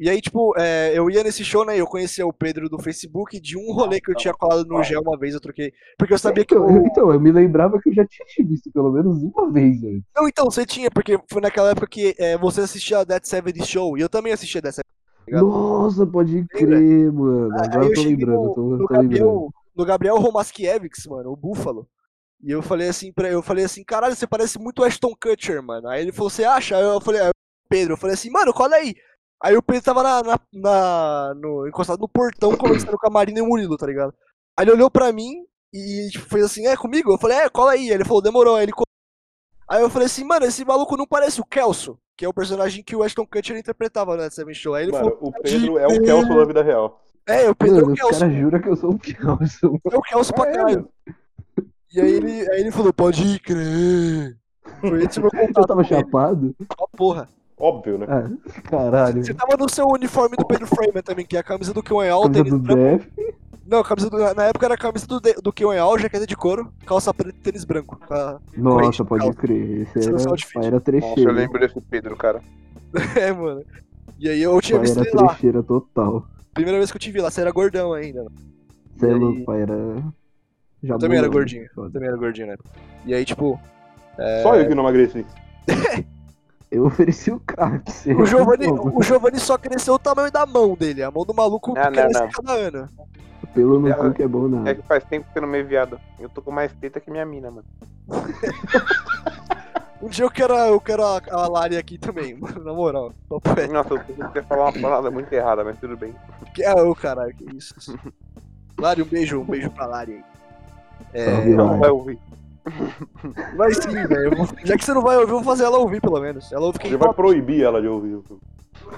[SPEAKER 3] E aí, tipo, é, eu ia nesse show, né? e Eu conhecia o Pedro do Facebook de
[SPEAKER 5] Ah,
[SPEAKER 3] um rolê
[SPEAKER 5] tá.
[SPEAKER 3] que eu tinha colado no Gel uma vez, eu troquei. Porque eu sabia que
[SPEAKER 2] Então,
[SPEAKER 3] o.
[SPEAKER 2] eu, então, eu me lembrava que eu já tinha te visto pelo menos uma vez, velho.
[SPEAKER 3] Não, então, você tinha, porque foi naquela época que é, você assistia a Dead Seven Show e eu também assistia a Dead Seven. Obrigado.
[SPEAKER 2] Nossa, pode
[SPEAKER 3] Lembra?
[SPEAKER 2] crer, mano. Agora
[SPEAKER 3] Aí
[SPEAKER 2] eu
[SPEAKER 3] Ah, eu
[SPEAKER 2] tô
[SPEAKER 3] cheguei
[SPEAKER 2] lembrando,
[SPEAKER 3] no,
[SPEAKER 2] eu tô,
[SPEAKER 3] no
[SPEAKER 2] tô lembrando.
[SPEAKER 3] Gabriel, no Gabriel Romaskiewicz, mano, o Búfalo. E eu falei assim para eu falei assim, caralho, você parece muito o Ashton Kutcher, mano. Aí ele falou, você acha? Aí eu falei, "Ah, Pedro, eu falei assim, mano, cola aí. Aí o Pedro tava na, na, na- no, encostado no portão conversando com a Marina e o Murilo, tá ligado? Aí ele olhou pra mim e tipo, fez assim, é comigo? Eu falei, é, cola aí. Aí ele falou, demorou. Aí ele co- Aí eu falei assim, mano, esse maluco não parece o Kelso, que é o personagem que o Ashton Kutcher interpretava no Seven Show. Aí ele
[SPEAKER 4] Mano,
[SPEAKER 3] falou,
[SPEAKER 4] o Pedro é o Kelso da vida real.
[SPEAKER 3] é, o Pedro
[SPEAKER 2] Mano,
[SPEAKER 3] é o
[SPEAKER 2] os
[SPEAKER 3] Kelso.
[SPEAKER 2] caras juram que eu sou um Kelson.
[SPEAKER 3] Eu quero os pra
[SPEAKER 4] É,
[SPEAKER 3] caralho.
[SPEAKER 4] mano.
[SPEAKER 3] E aí ele, aí ele falou, pode ir, crer. Foi esse meu
[SPEAKER 2] Eu
[SPEAKER 3] contato
[SPEAKER 2] tava
[SPEAKER 3] com ele,
[SPEAKER 2] chapado.
[SPEAKER 3] ó, porra.
[SPEAKER 4] Óbvio, né?
[SPEAKER 2] Ah, caralho.
[SPEAKER 3] Você tava no seu uniforme do Pedro Freeman também, que é a camisa do Kiwan All,
[SPEAKER 2] Camisa
[SPEAKER 3] tênis
[SPEAKER 2] do
[SPEAKER 3] branco.
[SPEAKER 2] Def.
[SPEAKER 3] Não, a camisa do- na época era a camisa do, de- do Kiwan All, jaqueta de couro, calça preta e tênis branco. Ah,
[SPEAKER 2] Nossa,
[SPEAKER 3] Corrente,
[SPEAKER 2] pode
[SPEAKER 3] calça.
[SPEAKER 2] crer. Esse
[SPEAKER 3] Esse é o seu
[SPEAKER 2] era,
[SPEAKER 3] outfit.
[SPEAKER 2] era
[SPEAKER 5] Nossa, eu
[SPEAKER 2] trecheiro.
[SPEAKER 5] lembro desse Pedro, cara.
[SPEAKER 3] É, mano. E aí eu tinha
[SPEAKER 2] Pai
[SPEAKER 3] visto
[SPEAKER 2] era
[SPEAKER 3] ele lá.
[SPEAKER 2] trecheira total.
[SPEAKER 3] Primeira vez que eu te vi lá, você era gordão ainda. né?
[SPEAKER 2] Você
[SPEAKER 3] E
[SPEAKER 2] é
[SPEAKER 3] aí-
[SPEAKER 2] louco, pai era. Já
[SPEAKER 3] Eu também era
[SPEAKER 2] bolou,
[SPEAKER 3] gordinho. Eu
[SPEAKER 2] foda.
[SPEAKER 3] também era gordinho, né? E aí, tipo,
[SPEAKER 4] Só eu que não emagreci.
[SPEAKER 2] Eu ofereci o crack. você
[SPEAKER 3] o Giovanni,
[SPEAKER 2] recusou.
[SPEAKER 3] o Giovanni só cresceu o tamanho da mão dele. A mão do maluco
[SPEAKER 5] Não, não,
[SPEAKER 3] cresce
[SPEAKER 5] não.
[SPEAKER 3] cada ano.
[SPEAKER 2] Pelo no
[SPEAKER 5] É,
[SPEAKER 2] cu que é bom nada.
[SPEAKER 5] É que faz tempo que eu não me viado. Eu tô com mais teta que minha mina, mano.
[SPEAKER 3] Um dia eu quero, a- eu quero a, a Lari aqui também, mano, na moral. Papo reto.
[SPEAKER 5] Nossa, eu pensei que ia falar uma palavra muito errada, mas tudo bem.
[SPEAKER 3] Que é o caralho, que isso. Lari, um beijo, um beijo pra Lari aí. É,
[SPEAKER 2] Salve,
[SPEAKER 5] Ela não vai
[SPEAKER 2] Lari.
[SPEAKER 5] ouvir.
[SPEAKER 3] Mas sim, velho. eu vou- Já que você não vai ouvir, eu vou fazer ela ouvir, pelo menos. Ela ouve quem
[SPEAKER 4] Ele vai proibir ela de ouvir.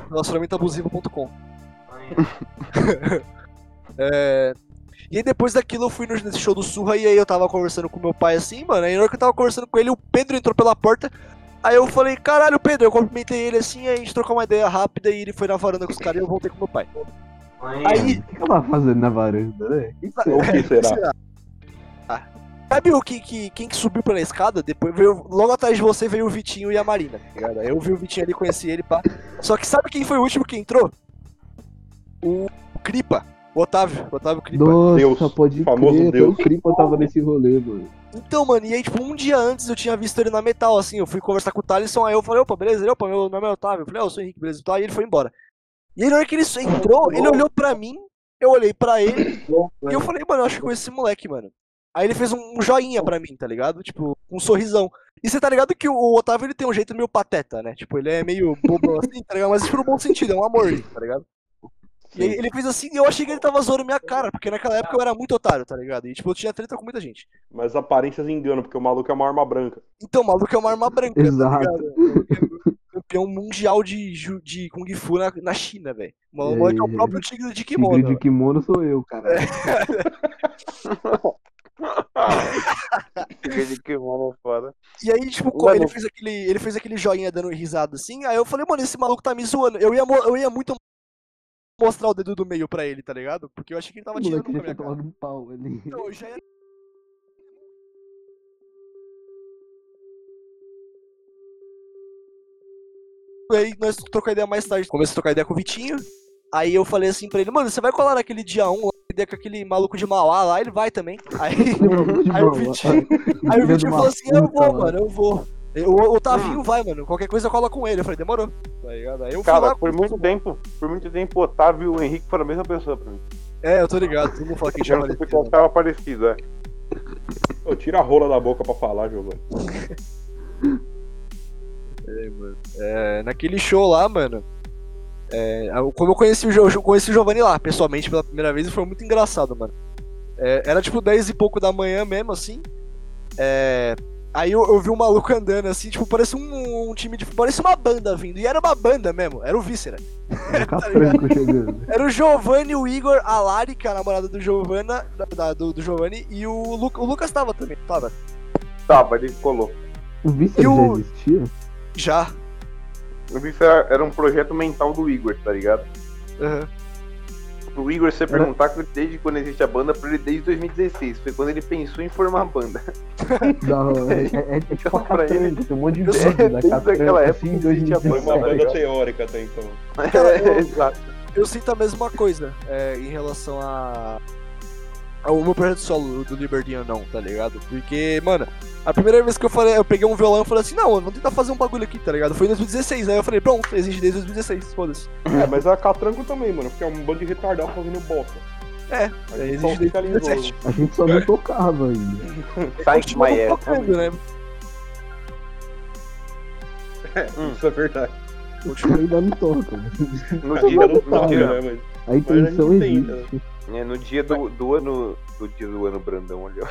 [SPEAKER 3] relacionamentabusivo.com. É, E aí depois daquilo eu fui no- nesse show do Surra e aí eu tava conversando com meu pai assim, mano. Aí na hora que eu tava conversando com ele, o Pedro entrou pela porta. Aí eu falei, caralho, Pedro, eu cumprimentei ele assim, aí a gente trocou uma ideia rápida e ele foi na varanda com os caras e eu voltei com meu pai. Aí,
[SPEAKER 2] O que que ela fazendo na varanda, né? O que
[SPEAKER 3] tá-
[SPEAKER 2] que você-
[SPEAKER 4] Ou o que será?
[SPEAKER 3] sabe o que, que quem que subiu pela escada? Depois veio, logo atrás de você veio o Vitinho e a Marina, tá ligado? Aí eu vi o Vitinho ali, conheci ele, pá. Só que sabe quem foi o último que entrou? O Cripa, o Otávio, o Otávio Cripa.
[SPEAKER 2] Nossa,
[SPEAKER 4] tá- Deus,
[SPEAKER 2] pode
[SPEAKER 4] famoso
[SPEAKER 2] crer, até o
[SPEAKER 4] Deus.
[SPEAKER 2] Cripa tava nesse rolê, mano.
[SPEAKER 3] Então, mano, e aí, tipo, um dia antes eu tinha visto ele na metal, assim, eu fui conversar com o Thaleson, aí eu falei, opa, beleza, ele, opa, meu nome é Otávio, eu falei, ó, eu sou Henrique, beleza, e tal, e ele foi embora. E aí, na hora que ele entrou, ele olhou pra mim, eu olhei pra ele, e eu falei, mano, eu acho que conheço esse moleque, mano. Aí ele fez um joinha pra mim, tá ligado? Tipo, um sorrisão. E você tá ligado que o- o Otávio, ele tem um jeito meio pateta, né? Tipo, ele é meio bobão assim, tá ligado? Mas isso no bom sentido, é um amor, tá ligado? E aí, ele fez assim, e eu achei que ele tava zoando minha cara, porque naquela época eu era muito otário, tá ligado? E, tipo, eu tinha treta com muita gente.
[SPEAKER 4] Mas aparências enganam, porque o maluco é uma arma branca.
[SPEAKER 3] Então, o maluco é uma arma branca, tá
[SPEAKER 2] Exato.
[SPEAKER 3] ligado? O maluco é Campeão mundial de, ju- de Kung Fu na, na China, velho. O
[SPEAKER 2] E
[SPEAKER 3] maluco é o
[SPEAKER 2] aí,
[SPEAKER 3] próprio tigre de
[SPEAKER 2] Tigre
[SPEAKER 3] kimono. É,
[SPEAKER 2] de kimono sou eu, cara.
[SPEAKER 5] Fiquei de que mano foda.
[SPEAKER 3] E aí, tipo, como ele fez, aquele, ele fez aquele joinha dando risada assim, aí eu falei, mano, esse maluco tá me zoando. Eu ia, mo- eu ia muito mostrar o dedo do meio pra ele, tá ligado? Porque eu achei que ele tava
[SPEAKER 2] O
[SPEAKER 3] tirando
[SPEAKER 2] moleque
[SPEAKER 3] com a
[SPEAKER 2] já tinha
[SPEAKER 3] minha cara.
[SPEAKER 2] tomado um pau ali.
[SPEAKER 3] Então, eu já ia- E aí nós trocamos ideia mais tarde. Começou a trocar ideia com o Vitinho. Aí eu falei assim pra ele, mano, você vai colar naquele dia 1 lá, ideia com aquele maluco de Mauá lá, ele vai também. Aí,
[SPEAKER 2] "Ah,
[SPEAKER 3] aí o Vitinho, aí o Vitinho falou assim, eu
[SPEAKER 2] "Então,
[SPEAKER 3] vou, mano, eu vou. Eu- O Otavinho vai, mano. Qualquer coisa eu colo com ele. Eu falei, demorou. Tá ligado? Aí eu fui
[SPEAKER 5] Cara,
[SPEAKER 3] lá-
[SPEAKER 5] por muito tempo, por muito tempo, o Otávio e o Henrique foram a mesma pessoa pra mim.
[SPEAKER 3] É, eu tô ligado. Todo mundo fala que é
[SPEAKER 5] Eu
[SPEAKER 3] já
[SPEAKER 5] não sei porque eu tava parecido, é.
[SPEAKER 4] Ô, tira a rola da boca pra falar, Giovanni.
[SPEAKER 3] É, naquele show lá, mano. é, eu- como eu conheci o, Jo- eu conheci o Giovanni lá, pessoalmente, pela primeira vez, e foi muito engraçado, mano. É, era tipo 10 e pouco da manhã mesmo, assim. É, aí eu, eu vi um maluco andando, assim, tipo, parece um, um time de. Parece uma banda vindo. E era uma banda mesmo, era o Víscera.
[SPEAKER 2] Franco chegando.
[SPEAKER 3] Era o Giovanni, o Igor, a Lari, que é a namorada do Giovanna, da- da- do, do Giovanni, e o, Lu, o Lucas tava também, tava.
[SPEAKER 5] Tava, ele colou.
[SPEAKER 2] O Vício
[SPEAKER 3] E o-
[SPEAKER 2] já existia?
[SPEAKER 3] Já.
[SPEAKER 5] Eu vi que isso era era um projeto mental do Igor, tá ligado?
[SPEAKER 3] Aham.
[SPEAKER 5] Pro Igor você
[SPEAKER 2] Era-
[SPEAKER 5] perguntar que desde quando existe a banda, pra ele desde 2016. Foi quando ele pensou em formar a banda.
[SPEAKER 2] Da hora. É, é, é tipo a
[SPEAKER 5] Então, pra ele-
[SPEAKER 2] Catranca, tem um monte de
[SPEAKER 5] Eu sou-
[SPEAKER 2] velho da
[SPEAKER 5] desde aquela
[SPEAKER 2] Catranca,
[SPEAKER 5] época
[SPEAKER 2] assim, em
[SPEAKER 5] que existia a
[SPEAKER 4] Foi
[SPEAKER 2] 2017.
[SPEAKER 4] uma
[SPEAKER 5] banda.
[SPEAKER 4] banda teórica até então.
[SPEAKER 5] É, Exato.
[SPEAKER 3] eu sinto a mesma coisa é, em relação a. ao meu projeto solo do Liberty ou não, tá ligado? Porque, mano, a primeira vez que eu falei, eu peguei um violão e falei assim, não, vamos tentar fazer um bagulho aqui, tá ligado? Foi em 2016, aí eu falei, pronto, existe desde 2016, foda-se.
[SPEAKER 4] É, mas a Catranco também, mano, porque é um bando de retardado fazendo bosta.
[SPEAKER 3] É, existe
[SPEAKER 4] a gente só então fica ali em
[SPEAKER 3] desde
[SPEAKER 4] jogo.
[SPEAKER 2] A gente só não tocava ainda.
[SPEAKER 5] Site
[SPEAKER 3] Continua
[SPEAKER 5] Maier.
[SPEAKER 3] tocando, né?
[SPEAKER 4] Isso é verdade.
[SPEAKER 2] Continua ainda não toca.
[SPEAKER 5] No dia,
[SPEAKER 4] Ainda não
[SPEAKER 5] do, no,
[SPEAKER 4] toca,
[SPEAKER 5] dia,
[SPEAKER 4] né, mas...
[SPEAKER 2] A intenção
[SPEAKER 4] Mas a gente né?
[SPEAKER 2] existe.
[SPEAKER 4] tenta,
[SPEAKER 5] é, no dia do, do ano. Do dia do ano Brandão, olha.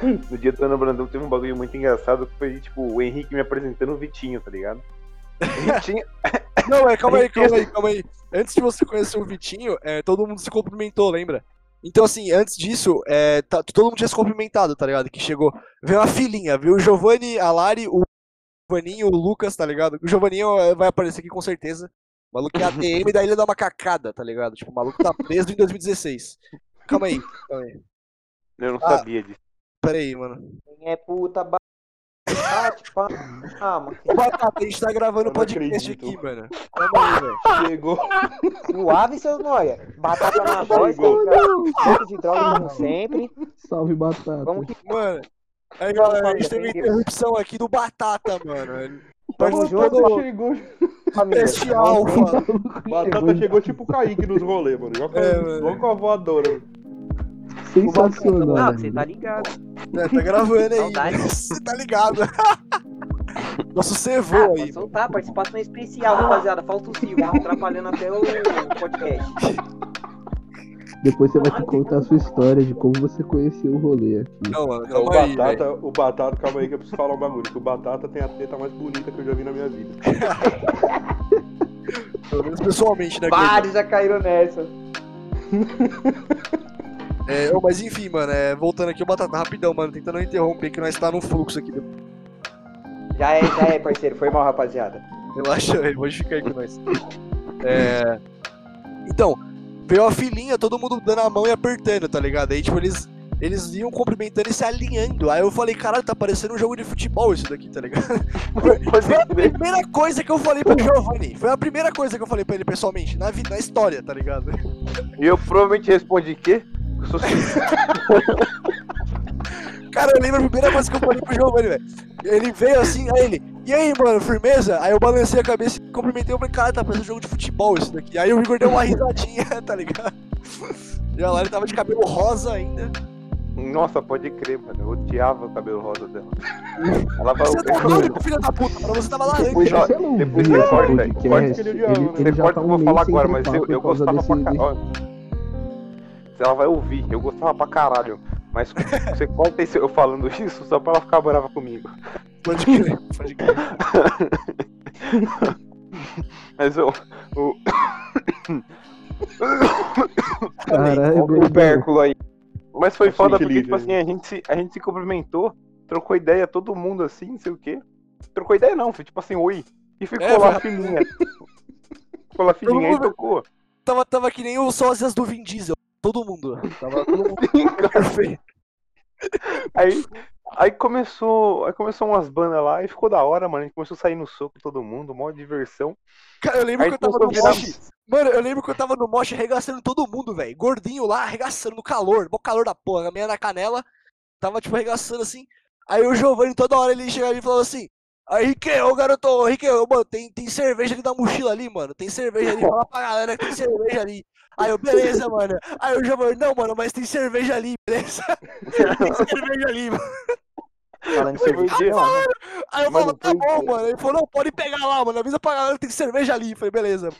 [SPEAKER 5] No dia do ano Brandão teve um bagulho muito engraçado que foi tipo o Henrique me apresentando o Vitinho, tá ligado? O Vitinho,
[SPEAKER 3] Não, é, calma aí, calma aí, calma aí. Antes de você conhecer o Vitinho, é, todo mundo se cumprimentou, lembra? Então, assim, antes disso, é, tá- todo mundo tinha se cumprimentado, tá ligado? Que chegou. Veio uma filhinha, viu? O Giovanni, a Lari, o Giovaninho, o Lucas, tá ligado? O Giovaninho é, vai aparecer aqui com certeza. O maluco é ADM da Ilha da Macacada, tá ligado? Tipo, o maluco tá preso em 2016. Calma aí, calma aí.
[SPEAKER 5] eu não
[SPEAKER 3] Ah.
[SPEAKER 5] sabia disso.
[SPEAKER 3] Pera aí, mano.
[SPEAKER 6] É puta
[SPEAKER 5] Ah, tipo, ah, ah, mano.
[SPEAKER 3] Ô, Batata, a gente tá gravando
[SPEAKER 4] Eu não
[SPEAKER 3] podcast
[SPEAKER 4] acredito.
[SPEAKER 3] aqui, mano. Calma aí, velho.
[SPEAKER 4] Chegou.
[SPEAKER 6] Suave, seus noia. Batata na voz,
[SPEAKER 4] Chegou.
[SPEAKER 6] cara. de droga como sempre.
[SPEAKER 2] Salve, batata.
[SPEAKER 6] Vamos que
[SPEAKER 3] Mano. Aí, galera, a gente teve uma interrupção aqui do Batata, mano.
[SPEAKER 6] Tamo
[SPEAKER 4] Batata
[SPEAKER 6] junto,
[SPEAKER 4] chegou.
[SPEAKER 6] família.
[SPEAKER 3] Teste alfa.
[SPEAKER 4] Batata chegou tipo o Kaique nos rolês, mano. Já
[SPEAKER 3] É,
[SPEAKER 4] foi
[SPEAKER 3] mano.
[SPEAKER 4] igual com a voadora.
[SPEAKER 2] Sensacional.
[SPEAKER 6] Não,
[SPEAKER 2] né?
[SPEAKER 6] você tá ligado.
[SPEAKER 3] É, tá gravando aí.
[SPEAKER 6] Saudade.
[SPEAKER 3] Você tá ligado. Nosso
[SPEAKER 6] Ah,
[SPEAKER 3] servou aí.
[SPEAKER 6] pode soltar, participação é especial, rapaziada. Falta o Silvio, tá atrapalhando até o podcast.
[SPEAKER 2] Depois você vai ter que contar a sua história de como você conheceu o rolê aqui.
[SPEAKER 3] Não, mano,
[SPEAKER 4] O
[SPEAKER 3] calma aí, velho.
[SPEAKER 4] Então, batata, o batata, calma aí que eu preciso falar um bagulho. Que o batata tem a teta mais bonita que eu já vi na minha vida.
[SPEAKER 3] né? Pelo menos pessoalmente, né, Guilherme?
[SPEAKER 6] Vários já caíram nessa.
[SPEAKER 3] É, ô, mas enfim, mano, é, voltando aqui, o Batata, rapidão, mano, tentando não interromper, que nós tá num fluxo aqui.
[SPEAKER 6] Já é, já é, parceiro. Foi mal, rapaziada.
[SPEAKER 3] Relaxa aí, pode ficar aí com nós. É, Então, veio a filhinha, todo mundo dando a mão e apertando, tá ligado? Aí, tipo, eles, eles iam cumprimentando e se alinhando. Aí eu falei, caralho, tá parecendo um jogo de futebol isso daqui, tá ligado? Foi a primeira coisa que eu falei pro Giovanni. Foi a primeira coisa que eu falei pra ele pessoalmente, na, vida, na história, tá ligado?
[SPEAKER 5] E eu provavelmente respondi quê? Eu sou sincero.
[SPEAKER 3] Cara, eu lembro a primeira coisa que eu falei pro Giovanni, velho. Ele veio assim, aí ele, e aí, mano, firmeza? Aí eu balancei a cabeça e cumprimentei eu falei, cara, tá parecendo um jogo de futebol isso daqui. Aí o Igor deu uma risadinha, tá ligado? Já lá ele tava de cabelo rosa ainda.
[SPEAKER 5] Nossa, pode crer, mano. Eu odiava o cabelo rosa dela. Ela vai.
[SPEAKER 3] Você tá doido, filho da puta, pra você tava
[SPEAKER 2] Depois
[SPEAKER 3] laranja.
[SPEAKER 5] ó,
[SPEAKER 2] você não
[SPEAKER 5] depois
[SPEAKER 2] viu
[SPEAKER 5] você
[SPEAKER 2] esse
[SPEAKER 5] corta, corta
[SPEAKER 2] podcast,
[SPEAKER 4] aquele
[SPEAKER 2] ele,
[SPEAKER 4] diabo, né?
[SPEAKER 2] ele já tá
[SPEAKER 5] Deporte que eu
[SPEAKER 2] um
[SPEAKER 5] vou
[SPEAKER 2] mês
[SPEAKER 5] falar
[SPEAKER 2] sem
[SPEAKER 5] agora, mas eu,
[SPEAKER 2] por
[SPEAKER 5] eu
[SPEAKER 2] causa
[SPEAKER 5] gostava
[SPEAKER 2] desse-
[SPEAKER 5] pra caralho. Ela vai ouvir, eu gostava pra caralho. Mas você corta isso, eu falando isso só pra ela ficar brava comigo.
[SPEAKER 3] Pode crer, pode crer.
[SPEAKER 5] Mas eu. O,
[SPEAKER 2] Caralho,
[SPEAKER 5] o tubérculo aí. Mas foi
[SPEAKER 4] Acho
[SPEAKER 5] foda
[SPEAKER 4] que
[SPEAKER 5] porque,
[SPEAKER 4] liga,
[SPEAKER 5] tipo assim,
[SPEAKER 4] né?
[SPEAKER 5] a gente, se, a gente se cumprimentou, trocou ideia, todo mundo assim, não sei o quê. Trocou ideia não, foi tipo assim, oi. E ficou
[SPEAKER 3] É,
[SPEAKER 5] lá
[SPEAKER 3] foi-
[SPEAKER 5] fininha. ficou lá fininha e
[SPEAKER 3] mundo-
[SPEAKER 5] tocou.
[SPEAKER 3] Tava, tava que nem os sósias do Vin Diesel. Todo mundo. Tava todo mundo perfeito.
[SPEAKER 5] Aí, aí começou. Aí começou umas bandas lá e ficou da hora, mano. A gente começou a sair no soco todo mundo, mó diversão.
[SPEAKER 3] Cara, eu lembro
[SPEAKER 5] Aí
[SPEAKER 3] que eu tava
[SPEAKER 5] começou
[SPEAKER 3] no
[SPEAKER 5] a virar.
[SPEAKER 3] mosh. Mano, eu lembro que eu tava no mosh arregaçando todo mundo, velho. Gordinho lá, arregaçando no calor, mó calor da porra, a minha na canela. Tava, tipo, arregaçando assim. Aí o Giovanni, toda hora, ele chegava e falava assim: Aí, Rique, ô garoto, ô, Rique, ô, mano, tem, tem cerveja ali na mochila ali, mano. Tem cerveja ali, fala pra galera que tem cerveja ali. Aí eu, beleza, mano. Aí o Giovanni, não, mano, mas tem cerveja ali, beleza? tem cerveja ali, mano.
[SPEAKER 6] Falando em serviço,
[SPEAKER 5] Porque-
[SPEAKER 6] ó,
[SPEAKER 3] Aí eu
[SPEAKER 5] Mano,
[SPEAKER 3] falava, tá
[SPEAKER 5] pois
[SPEAKER 3] bom, mano. Ele falou, não, pode pegar lá, mano. Avisa pra galera que tem cerveja ali. Eu falei, beleza.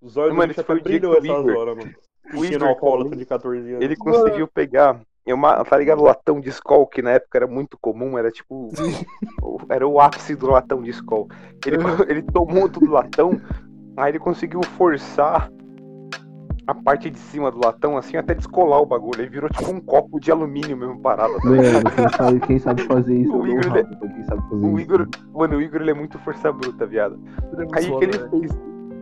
[SPEAKER 4] Os olhos
[SPEAKER 5] Mano,
[SPEAKER 4] do bicho
[SPEAKER 5] esse foi
[SPEAKER 4] até
[SPEAKER 5] o dia
[SPEAKER 4] brilhou
[SPEAKER 5] que o
[SPEAKER 4] essas
[SPEAKER 5] Igor-
[SPEAKER 4] horas, mano.
[SPEAKER 5] O
[SPEAKER 4] Pequeno
[SPEAKER 5] Igor,
[SPEAKER 4] alcoólatra de 14 anos.
[SPEAKER 5] ele conseguiu pegar. Eu, ma- tá ligado? O latão de Skol, que na época era muito comum, era tipo. o- Era o ápice do latão de Skol. Ele,
[SPEAKER 4] Uhum.
[SPEAKER 5] co- ele tomou tudo do latão, aí ele conseguiu forçar a parte de cima do latão, assim, até descolar o bagulho. Ele virou tipo um copo de alumínio mesmo parado. tá ligado?
[SPEAKER 2] Mano, quem sabe, quem sabe fazer isso,
[SPEAKER 5] O
[SPEAKER 2] eu dou um
[SPEAKER 5] Igor, ele-
[SPEAKER 2] rabo pra quem sabe fazer
[SPEAKER 5] O
[SPEAKER 2] isso.
[SPEAKER 5] Igor, mano, o Igor ele é muito força bruta, viado.
[SPEAKER 4] é
[SPEAKER 5] Aí o que
[SPEAKER 4] né?
[SPEAKER 5] ele fez,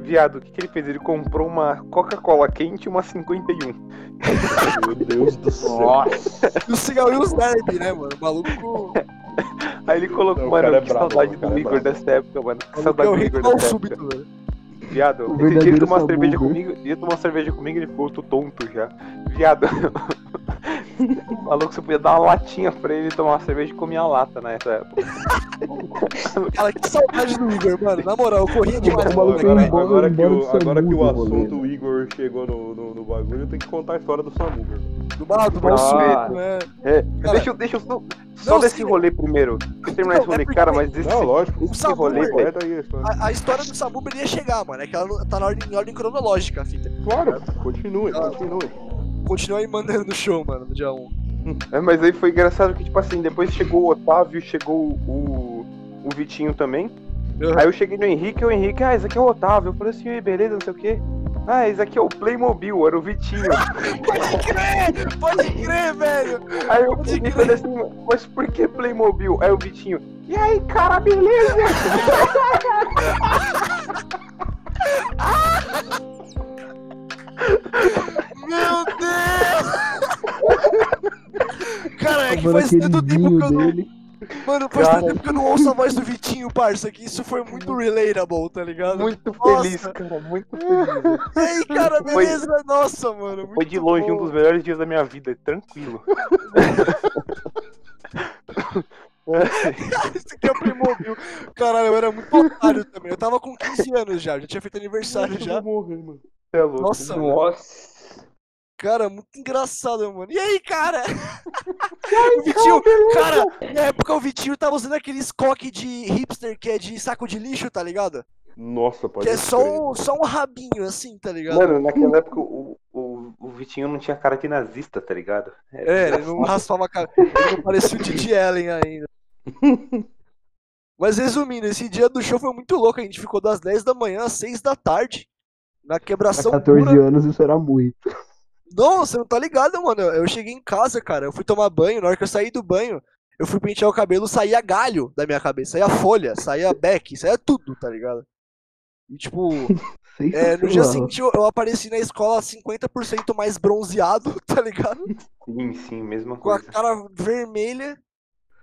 [SPEAKER 5] viado, o que, que ele fez? Ele comprou uma Coca-Cola quente e um. uma 51.
[SPEAKER 4] Meu Deus do céu.
[SPEAKER 5] Nossa!
[SPEAKER 3] E o cigarrinho os derby, né, mano? O maluco.
[SPEAKER 5] Aí ele colocou,
[SPEAKER 4] O
[SPEAKER 5] mano,
[SPEAKER 4] cara é
[SPEAKER 5] que
[SPEAKER 4] brabo,
[SPEAKER 5] saudade
[SPEAKER 4] o cara
[SPEAKER 5] do
[SPEAKER 4] é
[SPEAKER 5] Igor
[SPEAKER 4] brabo.
[SPEAKER 5] dessa época, mano. Que
[SPEAKER 3] maluco é
[SPEAKER 5] saudade
[SPEAKER 3] o
[SPEAKER 5] do
[SPEAKER 3] rei
[SPEAKER 5] Igor
[SPEAKER 3] do
[SPEAKER 5] dessa época.
[SPEAKER 3] súbito, velho.
[SPEAKER 5] Viado,
[SPEAKER 2] O
[SPEAKER 5] esse dia ele
[SPEAKER 2] verdadeiro
[SPEAKER 5] tomou uma
[SPEAKER 2] Sabu,
[SPEAKER 5] cerveja
[SPEAKER 2] viu?
[SPEAKER 5] comigo, ia tomar uma cerveja comigo, ele ficou, eu tô tonto já. Viado. o maluco, você podia dar uma latinha pra ele tomar uma cerveja e comer a lata nessa época.
[SPEAKER 3] Cara, que saudade do Igor, mano. Na moral, eu corria demais.
[SPEAKER 2] O maluco
[SPEAKER 3] mano,
[SPEAKER 4] Agora,
[SPEAKER 2] é
[SPEAKER 3] velho.
[SPEAKER 2] embora-
[SPEAKER 4] agora que
[SPEAKER 2] embora do
[SPEAKER 4] o, agora que o
[SPEAKER 2] Samu, do
[SPEAKER 4] assunto o Igor chegou no, no, no bagulho, eu tenho que contar a história do Samu. cara.
[SPEAKER 3] Do mal, do mal
[SPEAKER 5] Ah,
[SPEAKER 3] suco, né?
[SPEAKER 5] É,
[SPEAKER 3] Cara,
[SPEAKER 5] deixa eu, deixa eu só, só
[SPEAKER 3] não,
[SPEAKER 5] desse
[SPEAKER 3] sim.
[SPEAKER 5] rolê primeiro. Deixa eu terminar
[SPEAKER 3] Não,
[SPEAKER 5] esse
[SPEAKER 3] é
[SPEAKER 5] rolê,
[SPEAKER 3] porque-
[SPEAKER 5] cara, mas esse,
[SPEAKER 4] Não, lógico.
[SPEAKER 3] O Samu,
[SPEAKER 5] rolê,
[SPEAKER 3] velho,
[SPEAKER 4] Completa aí a história.
[SPEAKER 3] a, a história do Samu ele ia chegar, mano. É que ela não- tá na ordem, em ordem cronológica a fita.
[SPEAKER 4] Claro, continue,
[SPEAKER 3] Ah.
[SPEAKER 4] continue.
[SPEAKER 3] Continua aí mandando no show, mano, no dia 1.
[SPEAKER 5] É, mas aí foi engraçado que, tipo assim, depois chegou o Otávio, chegou o, o Vitinho também.
[SPEAKER 3] Uhum.
[SPEAKER 5] Aí eu cheguei no Henrique, e o Henrique, ah, esse aqui é o Otávio. Eu falei assim, "Ei, beleza, não sei o quê. Ah, esse aqui é o Playmobil, era o Vitinho.
[SPEAKER 3] Pode crer! Pode crer, velho!
[SPEAKER 5] aí eu peguei e falei assim, mas por que Playmobil? Aí o Vitinho, e aí, cara, beleza?
[SPEAKER 3] Meu Deus! Cara, é que
[SPEAKER 2] Mano,
[SPEAKER 3] faz tanto
[SPEAKER 2] aquele
[SPEAKER 3] tempo É que eu
[SPEAKER 2] vinho
[SPEAKER 3] não.
[SPEAKER 2] dele.
[SPEAKER 3] Mano, faz
[SPEAKER 5] Cara.
[SPEAKER 3] tempo que eu não ouço a voz do Vitinho, parça, que isso foi muito relatable, tá ligado?
[SPEAKER 5] Muito
[SPEAKER 3] Nossa.
[SPEAKER 5] feliz, cara. Muito feliz.
[SPEAKER 3] E aí, cara,
[SPEAKER 5] Foi-
[SPEAKER 3] beleza? Nossa, mano.
[SPEAKER 5] Foi
[SPEAKER 3] muito
[SPEAKER 5] de longe
[SPEAKER 3] bom.
[SPEAKER 5] um dos melhores dias da minha vida, tranquilo.
[SPEAKER 3] Esse aqui é o Primobil. Caralho, eu era muito otário também. Eu tava com 15 anos já, já tinha feito aniversário já.
[SPEAKER 5] Você é louco.
[SPEAKER 3] Nossa, mano.
[SPEAKER 6] Nossa.
[SPEAKER 3] Cara, muito engraçado, mano. E aí, cara? o Vitinho, cara, na época o Vitinho tava usando aqueles coque de hipster que é de saco de lixo, tá ligado?
[SPEAKER 4] Nossa, pode
[SPEAKER 3] que é só
[SPEAKER 4] crer.
[SPEAKER 3] um, só um rabinho, assim, tá ligado?
[SPEAKER 5] Mano, naquela época o, o, o Vitinho não tinha cara de nazista, tá ligado?
[SPEAKER 3] É, ele não raspava a cara. Ele não parecia o Didi Ellen ainda. Mas resumindo, esse dia do show foi muito louco. A gente ficou das 10 da manhã às 6 da tarde. Na quebração
[SPEAKER 2] Há 14
[SPEAKER 3] pura.
[SPEAKER 2] anos isso era muito.
[SPEAKER 3] Não, você não tá ligado, mano. Eu cheguei em casa, cara. Eu fui tomar banho. Na hora que eu saí do banho, eu fui pentear o cabelo, saía galho da minha cabeça. Saía folha, saía beck, saía tudo, tá ligado? E tipo, é, no dia
[SPEAKER 2] Sensacional.
[SPEAKER 3] seguinte eu, eu apareci na escola 50% mais bronzeado, tá ligado?
[SPEAKER 5] Sim, sim, mesma
[SPEAKER 3] Com a
[SPEAKER 5] coisa.
[SPEAKER 3] cara vermelha.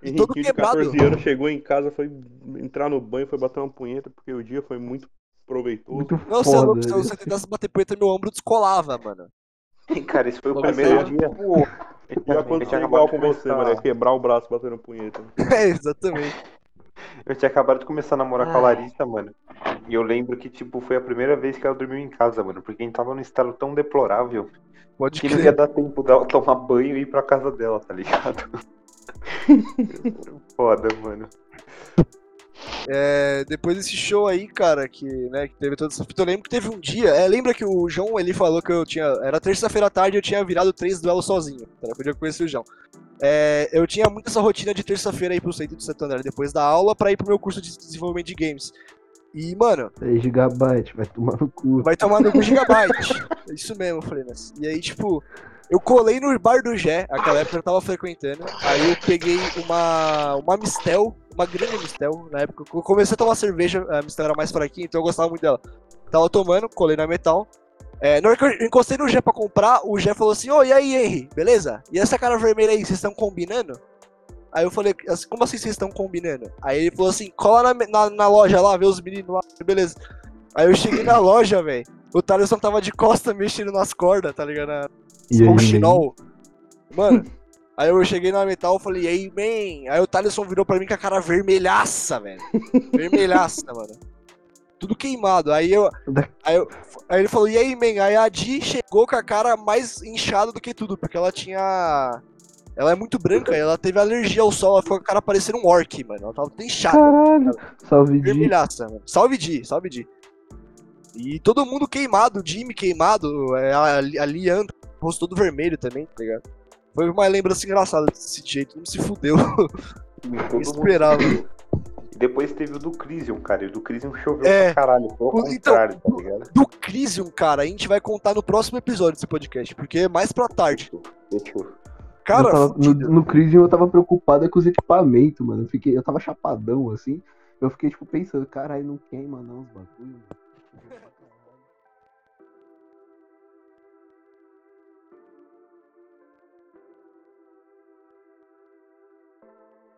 [SPEAKER 3] E
[SPEAKER 4] Henriquinho
[SPEAKER 3] todo
[SPEAKER 4] de
[SPEAKER 3] quebrado.
[SPEAKER 4] 14 anos chegou em casa, foi entrar no banho, foi bater uma punheta, porque o dia foi muito proveitoso.
[SPEAKER 2] Muito
[SPEAKER 3] Não, você é
[SPEAKER 2] foda. né?
[SPEAKER 3] louco, se eu- se eu tentasse bater punheta, meu ombro descolava, mano.
[SPEAKER 5] Cara, esse foi o
[SPEAKER 4] Nossa,
[SPEAKER 5] primeiro
[SPEAKER 4] é.
[SPEAKER 5] dia.
[SPEAKER 4] Ia
[SPEAKER 5] Eu
[SPEAKER 4] acontecer
[SPEAKER 5] tinha
[SPEAKER 4] igual com
[SPEAKER 5] acabado de
[SPEAKER 4] você,
[SPEAKER 5] começar-
[SPEAKER 4] mano. É quebrar o braço batendo punheta.
[SPEAKER 3] É, exatamente.
[SPEAKER 5] Eu tinha acabado de começar a namorar com a
[SPEAKER 6] Ai.
[SPEAKER 5] Larissa, mano. E eu lembro que, tipo, foi a primeira vez que ela dormiu em casa, mano. Porque a gente tava num estado tão deplorável
[SPEAKER 3] Pode
[SPEAKER 5] que não
[SPEAKER 3] crer.
[SPEAKER 5] ia dar tempo dela tomar banho e ir pra casa dela, tá ligado? Foda, mano.
[SPEAKER 3] É, depois desse show aí, cara, que, né, que teve toda essa fita, eu lembro que teve um dia, é, lembra que o João, ele falou que eu tinha, era terça-feira à tarde, eu tinha virado três duelos sozinho, tá? Foi o dia que eu conheci o João. É, eu tinha muito essa rotina de terça-feira aí pro centro de Santo André, depois da aula, pra ir pro meu curso de desenvolvimento de games. E, mano,
[SPEAKER 2] 3 né? É gigabyte, vai tomar no cu.
[SPEAKER 3] Vai tomar no cu gigabyte. É Isso mesmo, eu falei, né? E aí, tipo, eu colei no bar do Gé, aquela época eu tava frequentando. Aí eu peguei uma, uma Mistel, uma grande Mistel, na época. Eu comecei a tomar cerveja, a Mistel era mais fraquinha, então eu gostava muito dela. Tava tomando, colei na metal. É, na hora que eu encostei no Gé pra comprar, o Gé falou assim: Ô, e aí, Henry, beleza? E essa cara vermelha aí, vocês estão combinando? Aí eu falei, assim, como assim vocês estão combinando? Aí ele falou assim, cola na, me- na, na loja lá, vê os meninos lá, beleza. Aí eu cheguei na loja, velho. O Thaleson tava de costa mexendo nas cordas, tá ligado? Na-
[SPEAKER 2] E aí,
[SPEAKER 3] Com o
[SPEAKER 2] man?
[SPEAKER 3] chinol. Mano, aí eu cheguei na metal e falei, e aí, man? Aí o Thaleson virou pra mim com a cara vermelhaça, velho. Vermelhaça, mano. Tudo queimado. Aí eu.
[SPEAKER 2] Da-
[SPEAKER 3] Aí, eu, aí ele falou, e aí, man? Aí a Di chegou com a cara mais inchada do que tudo, porque ela tinha. Ela é muito branca, ela teve alergia ao sol, ela ficou com a cara parecendo um orc, mano. Ela tava toda inchada.
[SPEAKER 2] Caralho, salve de.
[SPEAKER 3] Vermelhaça, mano. Salve Di, salve Di. E todo mundo queimado, o Jimmy queimado, é, a, a Lian, rosto todo vermelho também, tá ligado? Foi uma lembrança engraçada desse jeito, não se fudeu,
[SPEAKER 5] Todo
[SPEAKER 3] não
[SPEAKER 5] mundo-
[SPEAKER 3] esperava.
[SPEAKER 5] E depois teve o do Crisium, cara. E o do Crisium choveu
[SPEAKER 3] É.
[SPEAKER 5] pra caralho. Foi ao
[SPEAKER 3] O- então,
[SPEAKER 5] contrário, tá ligado?
[SPEAKER 3] Do Crisium, cara, a gente vai contar no próximo episódio desse podcast, porque é mais pra tarde.
[SPEAKER 5] Deixa eu-
[SPEAKER 3] Cara,
[SPEAKER 2] eu tava- no,
[SPEAKER 3] fudido.
[SPEAKER 2] no Crisium eu tava preocupada com os equipamentos, mano. Eu, fiquei, eu tava chapadão assim. Eu fiquei, tipo, pensando, caralho, não queima não os bagulhos.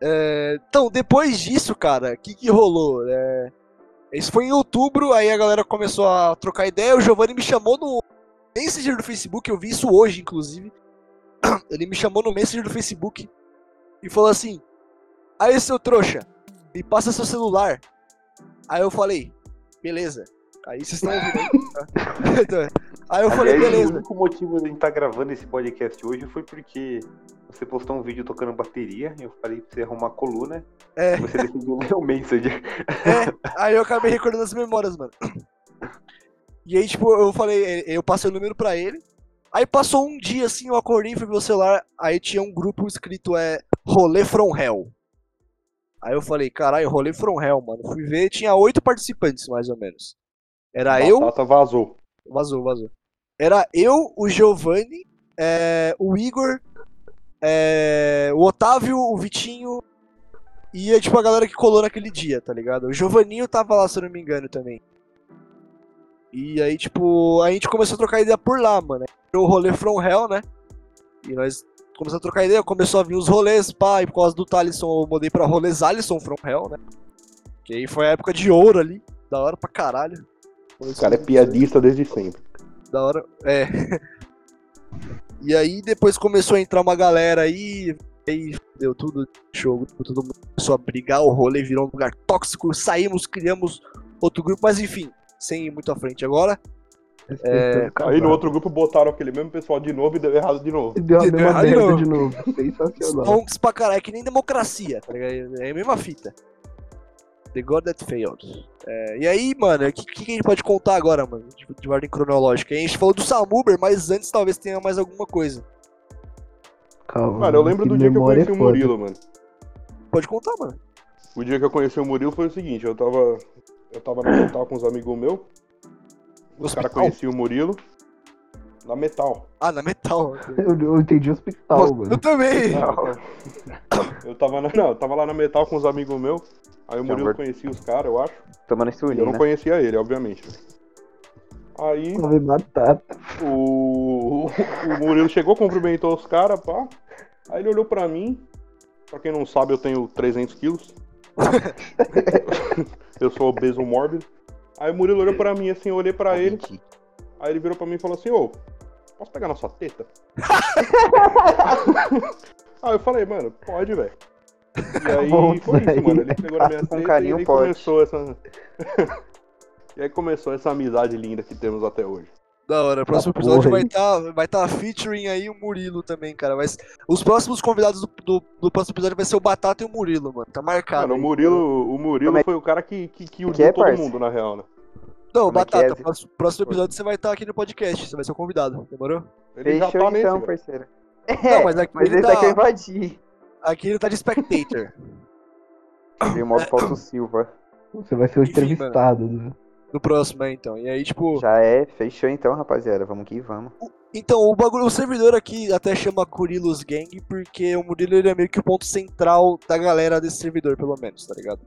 [SPEAKER 3] É, então, depois disso, cara, o que, que rolou? É, isso foi em outubro, aí a galera começou a trocar ideia. O Giovanni me chamou no Messenger do Facebook, eu vi isso hoje, inclusive. Ele me chamou no Messenger do Facebook e falou assim: Aí, seu trouxa, me passa seu celular. Aí eu falei: Beleza. Aí vocês estão ouvindo aí. tá? aí eu falei:
[SPEAKER 5] Aliás, O
[SPEAKER 3] Beleza.
[SPEAKER 5] único motivo de a gente estar gravando esse podcast hoje foi porque você postou um vídeo tocando bateria. Eu falei pra você arrumar a coluna.
[SPEAKER 3] É.
[SPEAKER 5] e Você decidiu ler o Messenger.
[SPEAKER 3] Aí eu acabei recordando as memórias, mano. E aí, tipo, eu falei, eh, eu passei o número pra ele. Aí passou um dia assim, eu acordei, fui pro meu celular, aí tinha um grupo escrito é Rolê From Hell. Aí eu falei, caralho, Rolê From Hell, mano. Fui ver, tinha oito participantes, mais ou menos. Era eu,
[SPEAKER 4] Batata vazou.
[SPEAKER 3] Vazou, vazou. Era eu, o Giovanni, é, o Igor, é, o Otávio, o Vitinho e é, tipo a galera que colou naquele dia, tá ligado? O Giovanninho tava lá, se eu não me engano, também. E aí, tipo, a gente começou a trocar ideia por lá, mano. Era O rolê From Hell, né? E nós começou a trocar ideia, começou a vir os rolês, pá, e por causa do Talisson eu mudei pra rolês Alisson From Hell, né? Que aí foi a época de ouro ali, da hora pra caralho.
[SPEAKER 4] O cara é piadista desde sempre.
[SPEAKER 3] Da hora, é. E aí depois começou a entrar uma galera aí, aí deu tudo show, todo mundo começou a brigar, o rolê virou um lugar tóxico, saímos, criamos outro grupo, mas enfim, sem ir muito à frente agora.
[SPEAKER 2] É,
[SPEAKER 4] Aí no outro grupo botaram aquele mesmo pessoal de novo e deu errado de novo.
[SPEAKER 2] Deu a
[SPEAKER 3] Deu
[SPEAKER 2] mesma
[SPEAKER 3] errado de
[SPEAKER 2] merda
[SPEAKER 3] novo.
[SPEAKER 2] de novo. Sensacional.
[SPEAKER 3] Stonks pra caralho, é que nem democracia, tá ligado? É a mesma fita. The God That Failed. É, e aí, mano, o que, que a gente pode contar agora, mano? De, de ordem cronológica. A gente falou do Samuber, mas antes talvez tenha mais alguma coisa.
[SPEAKER 2] Calma.
[SPEAKER 4] Cara, eu lembro do dia que eu
[SPEAKER 2] memória
[SPEAKER 4] conheci o
[SPEAKER 2] é foda.
[SPEAKER 4] Murilo, mano.
[SPEAKER 3] Pode contar, mano.
[SPEAKER 4] O dia que eu conheci o Murilo foi o seguinte, eu tava. Eu tava na metal com uns amigos meus, os caras conheciam o Murilo na metal.
[SPEAKER 3] Ah, na metal.
[SPEAKER 2] Eu, eu entendi o hospital, mano.
[SPEAKER 3] Eu também.
[SPEAKER 4] Eu tava na, não, eu tava lá na metal com uns amigos meus. Aí o Murilo
[SPEAKER 5] amor.
[SPEAKER 4] conhecia os caras, eu acho.
[SPEAKER 5] Tomando esse
[SPEAKER 4] E eu
[SPEAKER 5] unir,
[SPEAKER 4] não
[SPEAKER 5] né?
[SPEAKER 4] conhecia ele, obviamente. Aí
[SPEAKER 2] Vai me matar.
[SPEAKER 4] o, o Murilo chegou, cumprimentou os caras, pá. Aí ele olhou pra mim. Pra quem não sabe, eu tenho 300 quilos. eu sou obeso mórbido. Aí o Murilo olhou pra mim assim, eu olhei pra ele. Aí ele virou pra mim e falou assim, ô, posso pegar na sua teta? aí eu falei, mano, pode, velho. E aí
[SPEAKER 2] Bom,
[SPEAKER 4] foi isso,
[SPEAKER 2] velho.
[SPEAKER 4] mano. Ele pegou na minha
[SPEAKER 5] Com
[SPEAKER 4] teta
[SPEAKER 5] carinho,
[SPEAKER 4] e aí
[SPEAKER 5] pode.
[SPEAKER 4] começou essa. e aí começou essa amizade linda que temos até hoje.
[SPEAKER 3] Da hora, o próximo
[SPEAKER 5] Tá
[SPEAKER 2] Ah,
[SPEAKER 3] episódio
[SPEAKER 2] porra,
[SPEAKER 3] vai
[SPEAKER 2] hein?
[SPEAKER 3] estar vai tá featuring aí o Murilo também, cara. Mas os próximos convidados do, do, do próximo episódio vai ser o Batata e o Murilo, mano. Tá marcado.
[SPEAKER 4] Mano, o
[SPEAKER 3] aí.
[SPEAKER 4] Murilo, o Murilo
[SPEAKER 5] Como é-
[SPEAKER 4] foi o cara que, que, que uniu
[SPEAKER 5] é,
[SPEAKER 4] todo
[SPEAKER 5] parça?
[SPEAKER 4] mundo, na real, né?
[SPEAKER 3] Não,
[SPEAKER 5] como é que
[SPEAKER 3] Batata,
[SPEAKER 5] é, Zé?
[SPEAKER 3] próximo, próximo episódio você vai estar aqui no podcast, você vai ser o convidado, demorou?
[SPEAKER 4] Ele já
[SPEAKER 5] Fechou
[SPEAKER 4] tá nesse.
[SPEAKER 5] então,
[SPEAKER 4] velho.
[SPEAKER 5] parceiro.
[SPEAKER 3] Não,
[SPEAKER 5] É,
[SPEAKER 3] mas aqui,
[SPEAKER 5] mas
[SPEAKER 3] ele
[SPEAKER 5] esse
[SPEAKER 3] tá,
[SPEAKER 5] daqui eu invadi.
[SPEAKER 3] aqui ele tá de spectator.
[SPEAKER 5] Veio o modo Paulo Silva.
[SPEAKER 2] Você vai ser o
[SPEAKER 3] Enfim,
[SPEAKER 2] entrevistado. né?
[SPEAKER 3] no próximo, é, então. E aí, tipo...
[SPEAKER 5] Já é, fechou então, rapaziada. Vamos que vamos.
[SPEAKER 3] Então, o bagulho, o servidor aqui até chama Curilos Gang, porque o Murilo ele é meio que o ponto central da galera desse servidor, pelo menos, tá ligado?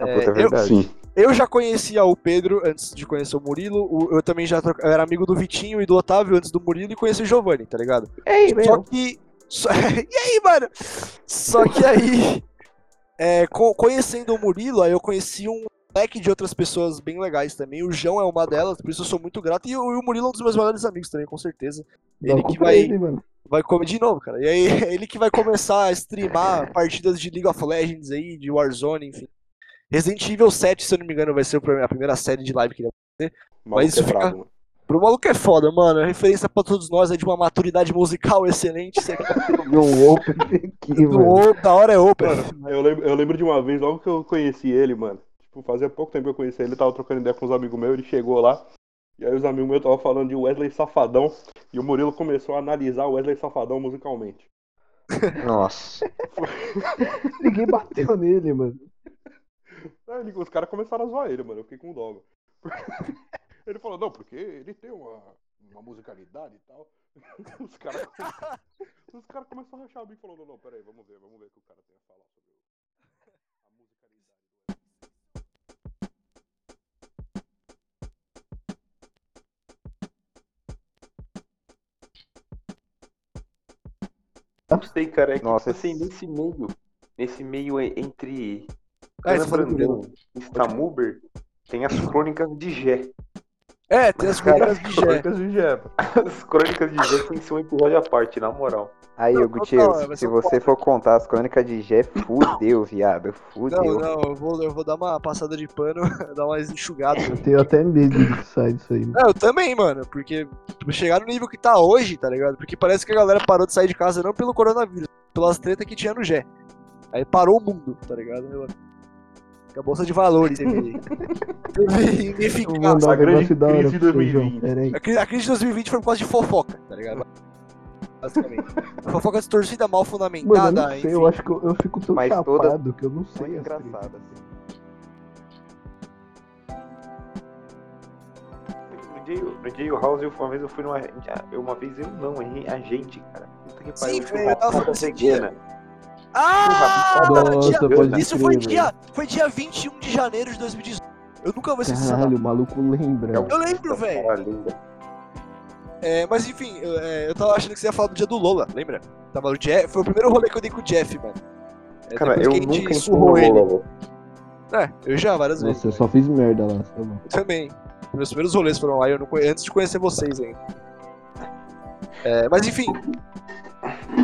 [SPEAKER 5] A
[SPEAKER 3] É,
[SPEAKER 5] puta
[SPEAKER 3] eu-
[SPEAKER 5] verdade.
[SPEAKER 4] Sim.
[SPEAKER 3] Eu já conhecia o Pedro antes de conhecer o Murilo, o- eu também já troca- eu era amigo do Vitinho e do Otávio antes do Murilo e conheci o Giovanni, tá ligado?
[SPEAKER 5] Ei,
[SPEAKER 3] Só que. só- e aí, mano? Só que aí. é, co- conhecendo o Murilo, aí eu conheci um leque de outras pessoas bem legais também. O João é uma delas, por isso eu sou muito grato. E o, e o Murilo é um dos meus melhores amigos também, com certeza.
[SPEAKER 2] Dá uma
[SPEAKER 3] Ele que
[SPEAKER 2] culpa
[SPEAKER 3] vai.
[SPEAKER 2] ele, mano.
[SPEAKER 3] Vai comer de novo, cara. E aí, ele que vai começar a streamar partidas de League of Legends aí, de Warzone, enfim. Resident Evil 7, se eu não me engano, vai ser o prime- a primeira série de live que ele vai.
[SPEAKER 4] Mas
[SPEAKER 3] isso
[SPEAKER 4] isso
[SPEAKER 3] fica-
[SPEAKER 4] é brabo, mano.
[SPEAKER 3] Pro maluco é foda, mano. É referência pra todos nós, é de uma maturidade musical excelente. Isso aqui
[SPEAKER 2] Deu um open aqui,
[SPEAKER 3] do
[SPEAKER 2] mano.
[SPEAKER 3] O- da hora é Open.
[SPEAKER 4] Eu lembro, eu lembro de uma vez, logo que eu conheci ele, mano. Tipo, fazia pouco tempo que eu conheci ele, tava trocando ideia com uns amigos meus, ele chegou lá. E aí os amigos meus estavam falando de Wesley Safadão. E o Murilo começou a analisar o Wesley Safadão musicalmente.
[SPEAKER 5] Nossa.
[SPEAKER 2] Ninguém bateu nele, mano.
[SPEAKER 4] Aí ele- os caras começaram a zoar ele, mano. Eu fiquei com dó. mano. Porque- Ele falou, não, porque ele tem uma, uma musicalidade e tal. Os caras os cara começaram a rachar o bico e falou, não, não, peraí, vamos ver, vamos ver o que o cara tem a falar sobre a musicalidade.
[SPEAKER 5] Gostei, cara. É que,
[SPEAKER 2] Nossa.
[SPEAKER 5] assim, nesse meio. Nesse meio e- entre
[SPEAKER 3] Ah,
[SPEAKER 5] Ana
[SPEAKER 3] você falou do
[SPEAKER 5] Brandão e Stamuber, tem as crônicas de Gé.
[SPEAKER 3] É, tem as
[SPEAKER 5] Cara,
[SPEAKER 3] crônicas de Jé.
[SPEAKER 4] de Jeba.
[SPEAKER 5] As crônicas de Gé tem que ser um episódio à parte, na moral.
[SPEAKER 7] Aí,
[SPEAKER 3] Não,
[SPEAKER 7] ô Gutierrez,
[SPEAKER 3] não, vai ser
[SPEAKER 7] se
[SPEAKER 3] um
[SPEAKER 7] você for contar as crônicas de Jé, fudeu, viado. Fudeu.
[SPEAKER 3] Não, não, eu vou, eu vou dar uma passada de pano, dar umas enxugadas.
[SPEAKER 2] Eu tenho até medo de sair disso aí, mano.
[SPEAKER 3] Não, eu também, mano, porque chegar no nível que tá hoje, tá ligado? Porque parece que a galera parou de sair de casa não pelo coronavírus, pelas tretas que tinha no Gé. Aí parou o mundo, tá ligado? Que a bolsa de valores teve. teve
[SPEAKER 2] Eu vou
[SPEAKER 3] ineficaz.
[SPEAKER 2] mandar
[SPEAKER 4] a
[SPEAKER 2] um negócio
[SPEAKER 4] grande
[SPEAKER 2] da hora
[SPEAKER 4] crise
[SPEAKER 2] pra você,
[SPEAKER 4] 2020.
[SPEAKER 2] João. Pera aí.
[SPEAKER 3] A cri- a crise de 2020 foi por causa de fofoca, tá ligado? Basicamente. fofoca distorcida, mal
[SPEAKER 2] Mano, eu
[SPEAKER 3] fundamentada,
[SPEAKER 2] não sei, eu
[SPEAKER 3] enfim.
[SPEAKER 2] acho que eu, eu fico tão
[SPEAKER 7] Mas
[SPEAKER 2] chapado
[SPEAKER 7] toda-
[SPEAKER 2] que eu não sei.
[SPEAKER 7] Muito
[SPEAKER 2] as coisas.
[SPEAKER 7] engraçado, assim.
[SPEAKER 5] No Jay- No Jay House, eu, uma vez eu fui numa. Eu, uma vez eu não, errei a gente, cara. Puta que
[SPEAKER 3] Sim,
[SPEAKER 5] pariu,
[SPEAKER 3] foi,
[SPEAKER 5] churrasco
[SPEAKER 3] eu tava falando
[SPEAKER 5] da
[SPEAKER 3] esse dia.
[SPEAKER 5] vegana.
[SPEAKER 3] Ah!
[SPEAKER 2] Nossa,
[SPEAKER 3] dia-
[SPEAKER 2] pode
[SPEAKER 3] isso foi
[SPEAKER 2] crer,
[SPEAKER 3] dia, foi dia 21 de janeiro de 2018. Eu nunca vou esquecer essa
[SPEAKER 7] É
[SPEAKER 3] data.
[SPEAKER 2] Caralho, o maluco lembra.
[SPEAKER 3] Eu lembro, velho.
[SPEAKER 5] Cara linda.
[SPEAKER 3] É, mas enfim, eu, é, eu tava achando que você ia falar do dia do Lola, lembra? Tava o Jeff, foi o primeiro rolê que eu dei com o Jeff, mano. É,
[SPEAKER 5] Cara,
[SPEAKER 3] depois
[SPEAKER 5] eu
[SPEAKER 3] que a gente
[SPEAKER 5] nunca entrei
[SPEAKER 3] surrou
[SPEAKER 5] no
[SPEAKER 3] ele.
[SPEAKER 5] Lola.
[SPEAKER 3] É, eu já várias vezes.
[SPEAKER 2] Nossa, eu só fiz merda lá. Tá bom.
[SPEAKER 3] Também. Meus primeiros rolês foram lá, eu não conhe- antes de conhecer vocês ainda. É, mas enfim.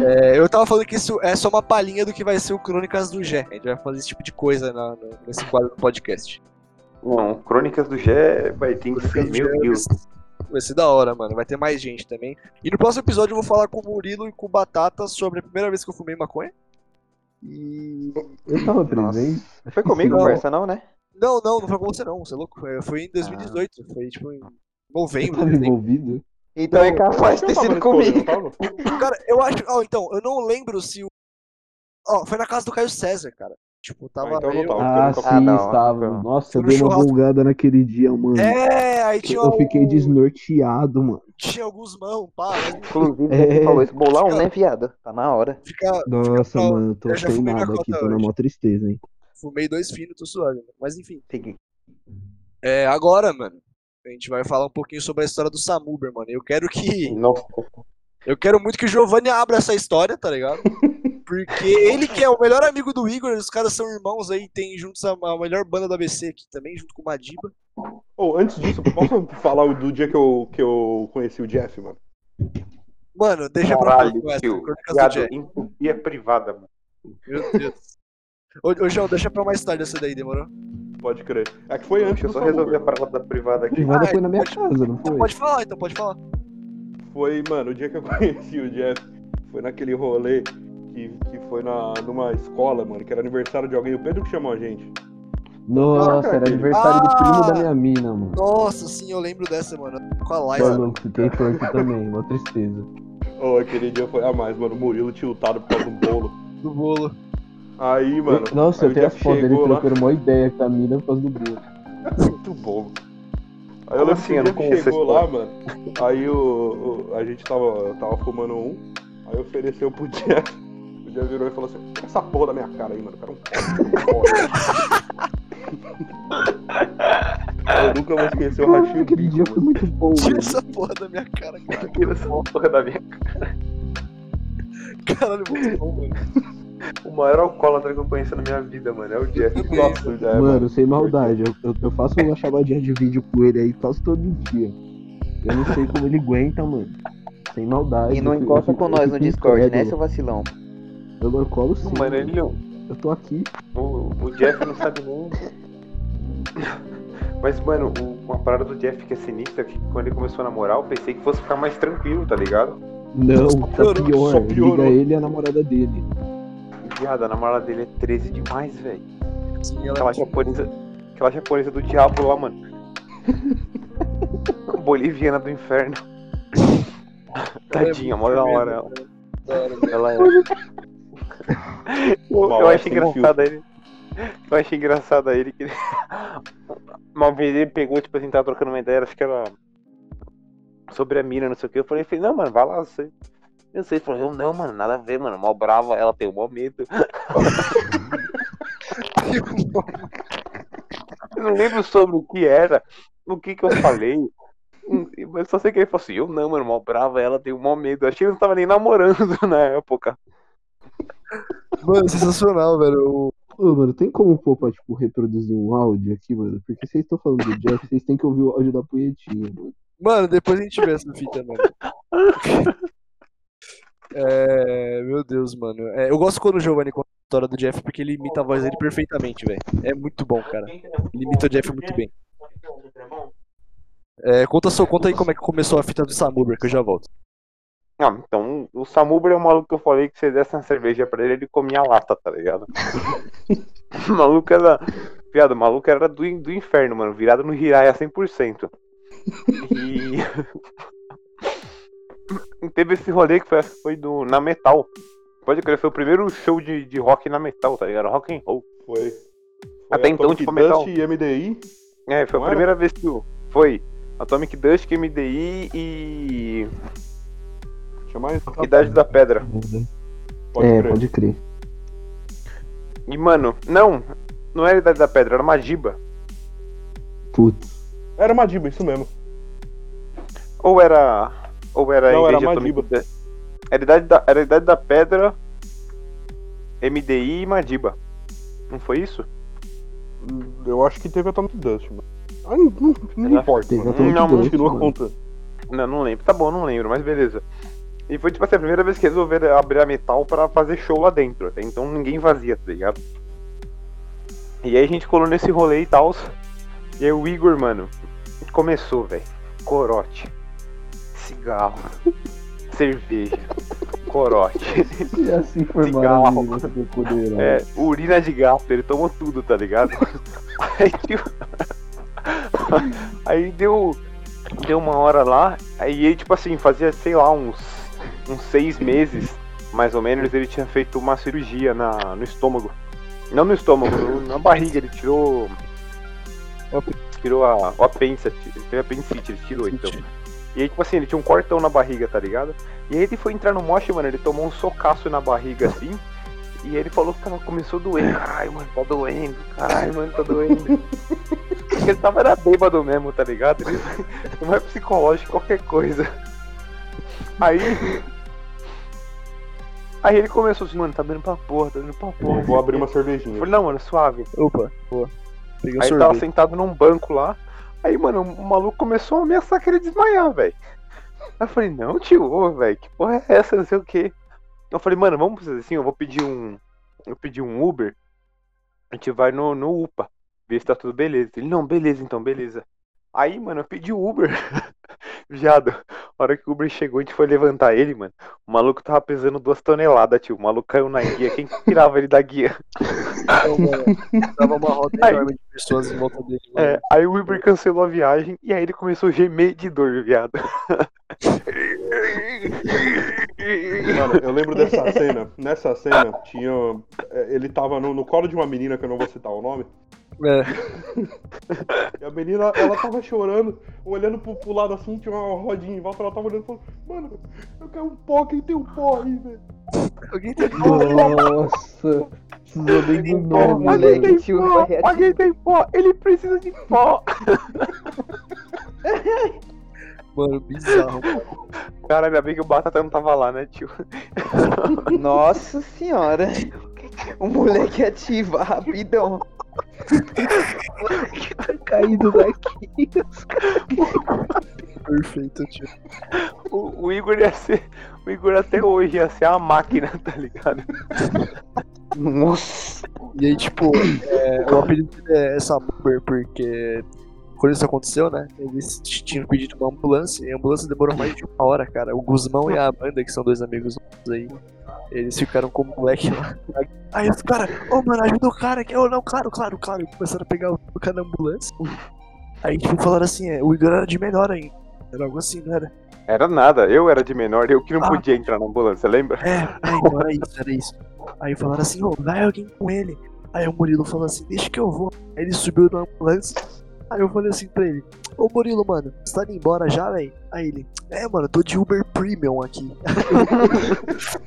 [SPEAKER 3] É, eu tava falando que isso é só uma palhinha do que vai ser o Crônicas do Gé. A gente vai fazer esse tipo de coisa na, na- nesse quadro do podcast.
[SPEAKER 5] Não, Crônicas do Gé vai ter que ser,
[SPEAKER 1] do
[SPEAKER 5] meu Deus.
[SPEAKER 3] Vai ser da hora, mano. Vai ter mais gente também. E no próximo episódio eu vou falar com o Murilo e com o Batata sobre a primeira vez que eu fumei maconha. E.
[SPEAKER 2] Eu tava
[SPEAKER 7] Nossa.
[SPEAKER 2] presente.
[SPEAKER 7] Foi comigo,
[SPEAKER 3] Não.
[SPEAKER 7] parça, não, né?
[SPEAKER 3] Não, não, não foi com você não, você é louco. Foi- Foi em 2018. Foi tipo em
[SPEAKER 2] Eu
[SPEAKER 3] novembro.
[SPEAKER 2] tava
[SPEAKER 3] dezembro.
[SPEAKER 2] envolvido.
[SPEAKER 7] Então é capaz de
[SPEAKER 4] Eu
[SPEAKER 7] ter
[SPEAKER 4] tava
[SPEAKER 7] sido
[SPEAKER 4] nesse rolê,
[SPEAKER 7] comigo.
[SPEAKER 4] não tava?
[SPEAKER 3] Cara, eu acho. Ó, então, eu não lembro se o. Ó, foi na casa do Caio César, cara. Tipo, tava.
[SPEAKER 4] Ah, então eu não
[SPEAKER 3] eu-
[SPEAKER 4] tava.
[SPEAKER 2] Ah,
[SPEAKER 4] nunca
[SPEAKER 2] sim,
[SPEAKER 4] fui.
[SPEAKER 7] Ah, não,
[SPEAKER 2] estava.
[SPEAKER 7] nunca.
[SPEAKER 2] Nossa, eu
[SPEAKER 3] Foi no
[SPEAKER 2] dei uma
[SPEAKER 3] churrasco.
[SPEAKER 2] bongada naquele dia, mano.
[SPEAKER 3] É, aí tinha.
[SPEAKER 2] Eu fiquei
[SPEAKER 3] o-
[SPEAKER 2] desnorteado, mano.
[SPEAKER 3] Tinha alguns mão, pá. mas
[SPEAKER 7] Inclusive,
[SPEAKER 2] É.
[SPEAKER 7] ele falou isso. Bolão, né, viado? Tá na hora.
[SPEAKER 3] Fica.
[SPEAKER 2] Nossa,
[SPEAKER 3] Não,
[SPEAKER 2] mano, tô
[SPEAKER 3] eu já
[SPEAKER 2] sem
[SPEAKER 3] fumei
[SPEAKER 2] nada
[SPEAKER 3] maconha
[SPEAKER 2] aqui, tô na
[SPEAKER 3] hoje.
[SPEAKER 2] maior tristeza, hein.
[SPEAKER 3] Fumei dois finos, tô suave. né? Mas enfim.
[SPEAKER 7] Segui.
[SPEAKER 3] É, agora, mano. A gente vai falar um pouquinho sobre a história do Samuber, mano. Eu quero que.
[SPEAKER 5] Nossa,
[SPEAKER 3] Eu quero muito que o Giovanni abra essa história, tá ligado? Porque ele que é o melhor amigo do Igor, os caras são irmãos aí, tem juntos a, a melhor banda da ABC aqui também, junto com o Madiba.
[SPEAKER 4] Ô, antes disso, posso falar do dia que eu, que eu conheci o Jeff, mano?
[SPEAKER 3] Mano, deixa pra
[SPEAKER 5] caralho,
[SPEAKER 3] próxima essa,
[SPEAKER 5] tio.
[SPEAKER 3] Crônicas do
[SPEAKER 5] Viado,
[SPEAKER 3] Jack.
[SPEAKER 5] entupia privada, mano.
[SPEAKER 3] Meu Deus. Ô, ô, João, deixa pra mais tarde essa daí, demorou?
[SPEAKER 4] Pode crer. É que foi antes
[SPEAKER 5] Deixa eu
[SPEAKER 4] do
[SPEAKER 5] só
[SPEAKER 4] Samu,
[SPEAKER 5] resolver a
[SPEAKER 4] mano.
[SPEAKER 5] parada da privada aqui.
[SPEAKER 2] Privada
[SPEAKER 3] Ah,
[SPEAKER 2] foi na minha
[SPEAKER 3] pode-
[SPEAKER 2] casa, não foi?
[SPEAKER 3] Pode falar, então, pode falar.
[SPEAKER 4] Foi, mano, o dia que eu conheci o Jeff, foi naquele rolê que, que foi na, numa escola, mano, que era aniversário de alguém, o Pedro que chamou a gente.
[SPEAKER 2] Nossa,
[SPEAKER 4] Caraca,
[SPEAKER 2] era
[SPEAKER 4] aquele-
[SPEAKER 2] aniversário do primo
[SPEAKER 3] Ah!
[SPEAKER 2] da minha mina, mano.
[SPEAKER 3] Nossa, sim, eu lembro dessa, mano. Com a Laisa.
[SPEAKER 2] Mano, fiquei torto também, uma tristeza.
[SPEAKER 4] Ô, aquele dia foi a mais, mano, o Murilo tiltado por causa do bolo.
[SPEAKER 3] do bolo.
[SPEAKER 4] Aí, mano,
[SPEAKER 2] Nossa,
[SPEAKER 4] aí
[SPEAKER 2] eu
[SPEAKER 4] o
[SPEAKER 2] tenho as
[SPEAKER 4] Jeff
[SPEAKER 2] fotos dele
[SPEAKER 4] chegou lá,
[SPEAKER 2] trocando uma ideia com a mina por causa do Bruno.
[SPEAKER 4] muito bom. Aí
[SPEAKER 5] Como
[SPEAKER 4] eu lembro que
[SPEAKER 5] assim?
[SPEAKER 4] o
[SPEAKER 5] Eu
[SPEAKER 4] Jeff
[SPEAKER 5] não conheço essa
[SPEAKER 4] chegou lá, mano, aí o, o- a gente tava, tava fumando um, aí ofereceu pro Jeff, o Jeff virou e falou assim, "Tira essa porra da minha cara aí, mano, eu quero um cara. um Eu nunca vou esquecer o
[SPEAKER 2] Caralho,
[SPEAKER 4] rachinho
[SPEAKER 2] aquele dia foi muito bom,
[SPEAKER 3] Tira
[SPEAKER 2] mano.
[SPEAKER 3] essa porra da minha cara, cara.
[SPEAKER 5] Tira essa porra um da minha.
[SPEAKER 3] Caralho, é muito bom, mano.
[SPEAKER 5] O maior alcoólatra que eu conheço na minha vida, mano, é o Jeff.
[SPEAKER 3] Também.
[SPEAKER 4] Nossa, já é,
[SPEAKER 2] Mano, sem maldade, eu, eu- eu faço uma chamadinha de vídeo com ele aí quase todo dia. Eu não sei como ele aguenta, mano. Sem maldade.
[SPEAKER 7] E não
[SPEAKER 2] eu- eu
[SPEAKER 7] encosta
[SPEAKER 2] fico-
[SPEAKER 7] com
[SPEAKER 2] eu
[SPEAKER 7] nós
[SPEAKER 2] fico
[SPEAKER 7] no
[SPEAKER 2] em
[SPEAKER 7] Discord,
[SPEAKER 2] tédio,
[SPEAKER 7] né, seu vacilão?
[SPEAKER 2] mano. Eu não colo sim.
[SPEAKER 5] Mano, ele não.
[SPEAKER 2] Eu tô aqui.
[SPEAKER 5] O, o Jeff não sabe nem. Mas, mano, o- uma parada do Jeff que é sinistra, que quando ele começou a namorar, eu pensei que fosse ficar mais tranquilo, tá ligado?
[SPEAKER 2] Não,
[SPEAKER 3] Só
[SPEAKER 2] tá
[SPEAKER 3] piorou,
[SPEAKER 2] pior.
[SPEAKER 4] só piorou.
[SPEAKER 2] Liga ele e a namorada dele.
[SPEAKER 5] Viado, a namorada dele é 13 demais, velho.
[SPEAKER 3] Sim, ela
[SPEAKER 5] Aquela japonesa. Aquela japonesa do diabo lá, mano. Boliviana do inferno.
[SPEAKER 1] É
[SPEAKER 5] Tadinha, mó da hora ela. Ela é. Eu, eu acho engraçado ele. Eu acho engraçado ele que. uma vez ele pegou, tipo assim, tava trocando uma ideia, acho que era. Sobre a mina, não sei o que. Eu falei, falei, não, mano, vai lá, você. Eu sei, ele falou, eu não, mano, nada a ver, mano. Mó brava ela, tem mó medo. Eu não lembro sobre o que era, o que que eu falei. Hum, Mas só sei que ele falou assim, eu não, mano, mó brava ela, tem mó medo. Eu Achei que ele não tava nem namorando na época.
[SPEAKER 3] Mano, é sensacional, velho. O-
[SPEAKER 2] Ô, mano, tem como pôr pra, tipo, reproduzir um áudio aqui, mano? Porque vocês estão falando do Jeff, vocês têm que ouvir o áudio da punhetinha, mano.
[SPEAKER 3] Mano, depois a gente vê essa fita, mano. É, meu Deus, mano. É, eu gosto quando o Giovanni conta a história do Jeff porque ele imita a voz dele perfeitamente, velho. É muito bom, cara. Ele imita o Jeff muito bem. É, conta, só, conta aí como é que começou a fita do Samuber, que eu já volto.
[SPEAKER 5] Ah, então o Samuber é o maluco que eu falei que se desse uma cerveja pra ele, ele comia a lata, tá ligado? o maluco era. Viado, o maluco era do, in- do inferno, mano. Virado no Hiraya 100%. E. E Teve esse rolê que foi, acho que foi do, na Metal. Pode crer, foi o primeiro show de, de rock na Metal, tá ligado? Rock and roll.
[SPEAKER 4] Foi. Foi
[SPEAKER 5] Até então,
[SPEAKER 4] Atomic
[SPEAKER 5] tipo, metal.
[SPEAKER 4] Dust e MDI.
[SPEAKER 5] É, foi a
[SPEAKER 4] Não era?
[SPEAKER 5] primeira vez que eu- foi Atomic Dust, MDI e
[SPEAKER 4] Chamar mais.
[SPEAKER 5] Idade da Pedra.
[SPEAKER 4] Pode
[SPEAKER 2] é,
[SPEAKER 4] crer.
[SPEAKER 2] pode crer.
[SPEAKER 5] E, mano, não, não era Idade da Pedra, era Madiba.
[SPEAKER 2] Putz.
[SPEAKER 4] Era Madiba, isso mesmo.
[SPEAKER 5] Ou era Ou
[SPEAKER 4] Não,
[SPEAKER 5] era em
[SPEAKER 4] era
[SPEAKER 5] vez de Atomic
[SPEAKER 4] Madiba.
[SPEAKER 5] Blast? Era a idade da, era a idade da pedra, MDI e Madiba. Não foi isso?
[SPEAKER 4] Eu acho que teve Atomic Dust, mano. Ah, não, não, não
[SPEAKER 5] Já
[SPEAKER 4] importa,
[SPEAKER 2] teve
[SPEAKER 4] mano.
[SPEAKER 2] Atomic
[SPEAKER 4] Não,
[SPEAKER 2] Dust,
[SPEAKER 4] continua
[SPEAKER 2] mano.
[SPEAKER 4] contando.
[SPEAKER 5] Não, não lembro. Tá bom, não lembro, mas beleza. E foi tipo assim, a primeira vez que resolveram abrir a metal pra fazer show lá dentro. Até então ninguém vazia, tá ligado? E aí a gente colou nesse rolê e tal. E aí o Igor, mano, começou, velho. Corote. Cigarro. cerveja. Corote.
[SPEAKER 2] E assim foi
[SPEAKER 5] Cigarro.
[SPEAKER 2] maravilhoso do Cudeirão.
[SPEAKER 5] É, urina de gato, ele tomou tudo, tá ligado? Aí, tipo, aí deu, deu uma hora lá, aí ele, tipo assim, fazia, sei lá, uns, uns seis meses, mais ou menos, ele tinha feito uma cirurgia na, no estômago. Não no estômago, no- na barriga, ele tirou. Tirou a, o apêndice, ele teve apendicite, ele tirou então. E aí, tipo assim, ele tinha um cortão na barriga, tá ligado? E aí ele foi entrar no moche, mano, ele tomou um socaço na barriga assim. E ele falou que tava, começou a doer. Caralho, mano, tá doendo. Caralho, mano, tá doendo. Porque ele tava era bêbado mesmo, tá ligado? Ele não é psicológico, qualquer coisa. Aí. Aí ele começou assim, mano, tá doendo pra porra, tá doendo pra porra.
[SPEAKER 4] Vou abrir uma
[SPEAKER 5] Eu
[SPEAKER 4] cervejinha.
[SPEAKER 5] falei, não, mano, suave.
[SPEAKER 3] Opa, boa. Peguei um
[SPEAKER 5] Aí ele tava
[SPEAKER 3] sorvete.
[SPEAKER 5] sentado num banco lá. Aí, mano, o maluco começou a ameaçar que ele ia desmaiar, velho. Aí eu falei, não, tio, ô, velho, que porra é essa, não sei o quê. Eu falei, mano, vamos fazer assim, eu vou pedir um. Eu pedi um Uber. A gente vai no, no UPA, ver se tá tudo beleza. Ele, não, beleza, então, beleza. Aí, mano, eu pedi o Uber. Viado, a hora que o Uber chegou, a gente foi levantar ele, mano. O maluco tava pesando duas toneladas, tio. O maluco caiu na guia. Quem que tirava ele da guia?
[SPEAKER 3] Então, mano, Tava uma roda
[SPEAKER 5] Aí.
[SPEAKER 3] enorme de pessoas em volta dele. mano.
[SPEAKER 5] É, aí o Uber cancelou a viagem e aí ele começou a gemer de dor, viado.
[SPEAKER 4] Mano, eu lembro dessa cena. Nessa cena, tinha. é, Ele tava no, no colo de uma menina, que eu não vou citar o nome.
[SPEAKER 3] É.
[SPEAKER 4] E a menina, ela tava chorando, olhando pro, pro lado assim, tinha uma rodinha em volta. Ela tava olhando e falou: Mano, eu quero um pó, quem tem um pó aí, velho?
[SPEAKER 3] Alguém tem
[SPEAKER 2] Nossa, precisou bem do nome, né?
[SPEAKER 5] alguém
[SPEAKER 2] mano.
[SPEAKER 5] tem
[SPEAKER 7] tio,
[SPEAKER 5] pó,
[SPEAKER 7] vai
[SPEAKER 5] alguém tem pó, ele precisa de pó.
[SPEAKER 3] Mano, bizarro.
[SPEAKER 5] Cara, ainda bem que o Batata não tava lá, né, tio?
[SPEAKER 7] Nossa senhora. O moleque ativa, rapidão.
[SPEAKER 2] Caído daqui.
[SPEAKER 3] Perfeito, tio.
[SPEAKER 5] O, o Igor ia ser. O Igor até hoje ia ser a máquina, tá ligado?
[SPEAKER 7] Nossa.
[SPEAKER 3] E aí, tipo, é, o apelido dele é essa Uber, porque quando isso aconteceu, né? Eles t- tinham pedido uma ambulância e a ambulância demorou mais de uma hora, cara. O Guzmão e a Amanda, que são dois amigos nossos aí, eles ficaram com o moleque lá. Aí os caras, ô mano, ajuda o cara aqui. Ô, não, claro, claro, claro. E começaram a pegar o cara na ambulância. Aí, tipo, falaram assim: é, o Igor era de melhor ainda. Era algo assim, não era?
[SPEAKER 5] Era nada, eu era de menor, eu que não
[SPEAKER 3] Ah.
[SPEAKER 5] podia entrar na ambulância, lembra?
[SPEAKER 3] É, é, então era isso, era isso. Aí falaram assim, ô, vai alguém com ele. Aí o Murilo falou assim, deixa que eu vou. Aí ele subiu na ambulância. Aí eu falei assim pra ele, ô Murilo, mano, você tá indo embora já, véi? Aí ele, é, mano, tô de Uber Premium aqui.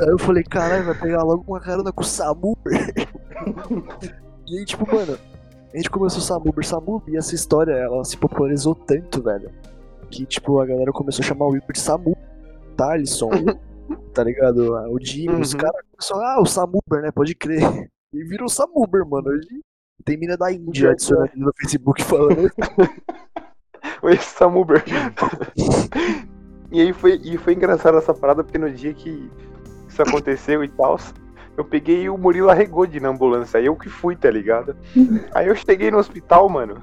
[SPEAKER 3] Aí eu falei, caralho, vai pegar logo uma carona com o Samuber. e aí, tipo, mano, a gente começou o Samuber, Samuber, e essa história, ela se popularizou tanto, velho, que, tipo, a galera começou a chamar o Uber de Samu, Talisson, tá ligado? Ah, O Jimmy, os
[SPEAKER 5] Uhum.
[SPEAKER 3] caras começaram, ah, o Samuber, né, pode crer. E virou Samuber, mano, hoje tem mina da Índia adicionando no Facebook falando,
[SPEAKER 5] Oi, Sam Uber. e aí foi, e foi engraçado essa parada, porque no dia que isso aconteceu e tal, eu peguei e o Murilo arregou de ir na ambulância. Aí eu que fui, tá ligado? Aí eu cheguei no hospital, mano.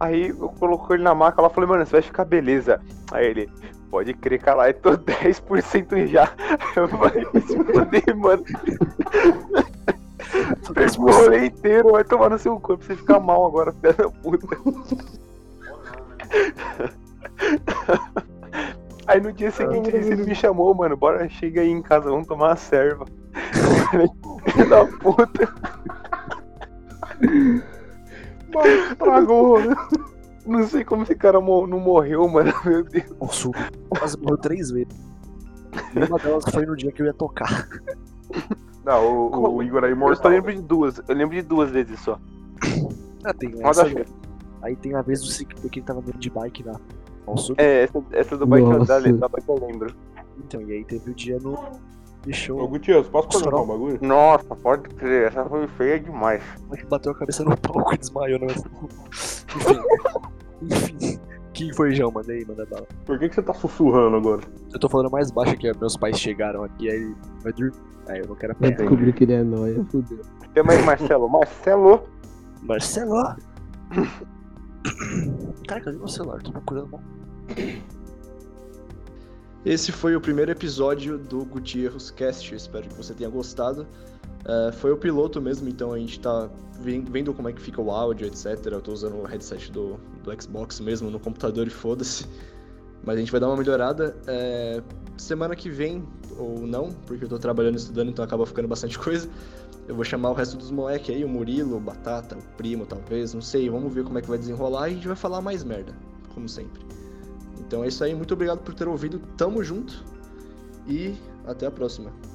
[SPEAKER 5] Aí eu colocou ele na maca lá falei, mano, você vai ficar beleza. Aí ele, pode crer, caralho, tô 10% já. Eu falei, vai se fuder, mano. Fez o rolê inteiro, vai tomar no seu corpo, você fica mal agora, filha da puta. Aí no dia seguinte ele me chamou, mano, bora, chega aí em casa, vamos tomar uma serva. Filho da puta,
[SPEAKER 4] Mano,
[SPEAKER 5] tragou. Não sei como esse cara mo- não morreu, mano, meu Deus.
[SPEAKER 3] Nossa, o quase morreu três vezes. E uma delas foi no dia que eu ia tocar.
[SPEAKER 4] Não, o- o,
[SPEAKER 5] Como?
[SPEAKER 4] Igor é
[SPEAKER 5] Eu só
[SPEAKER 4] imortal.
[SPEAKER 5] lembro de duas, eu lembro de duas vezes só.
[SPEAKER 3] Ah, tem
[SPEAKER 5] Mas
[SPEAKER 3] essa,
[SPEAKER 5] acho que-
[SPEAKER 3] Aí tem a vez do ciclista que ele tava andando de bike lá. Pão Suco.
[SPEAKER 5] É, essa, essa do Bike
[SPEAKER 2] Nossa.
[SPEAKER 5] Andale, da Bike eu lembro.
[SPEAKER 3] Então, e aí teve o dia no.
[SPEAKER 4] Ô,
[SPEAKER 3] Deixou.
[SPEAKER 4] Gutiérrez, posso perguntar
[SPEAKER 3] Será?
[SPEAKER 4] um bagulho?
[SPEAKER 5] Nossa, pode crer, essa foi feia demais.
[SPEAKER 3] Como é que bateu a cabeça no palco e desmaiou no Enfim. Enfim. Quem foi, João? Manda aí, manda bala.
[SPEAKER 4] Por que, que você tá sussurrando agora?
[SPEAKER 3] Eu tô falando mais baixo que meus pais chegaram aqui, aí ele vai dormir. Aí eu não quero
[SPEAKER 2] Vai
[SPEAKER 3] apanhar.
[SPEAKER 2] descobrir que ele é nóia, fudeu.
[SPEAKER 5] Chama aí, Marcelo. Marcelo!
[SPEAKER 3] Marcelo! Cara, cadê meu celular? Tô procurando. mano.
[SPEAKER 1] Esse foi o primeiro episódio do Gutierrez Cast. eu Espero que você tenha gostado. É, foi o piloto mesmo, então a gente tá ven- vendo como é que fica o áudio, etc. Eu tô usando o headset do, do Xbox mesmo no computador e foda-se. Mas a gente vai dar uma melhorada. é, semana que vem, ou não, porque eu tô trabalhando e estudando, então acaba ficando bastante coisa. Eu vou chamar o resto dos moleques aí, o Murilo, o Batata, o Primo, talvez, não sei. Vamos ver como é que vai desenrolar e a gente vai falar mais merda, como sempre. Então é isso aí, muito obrigado por ter ouvido, tamo junto e até a próxima.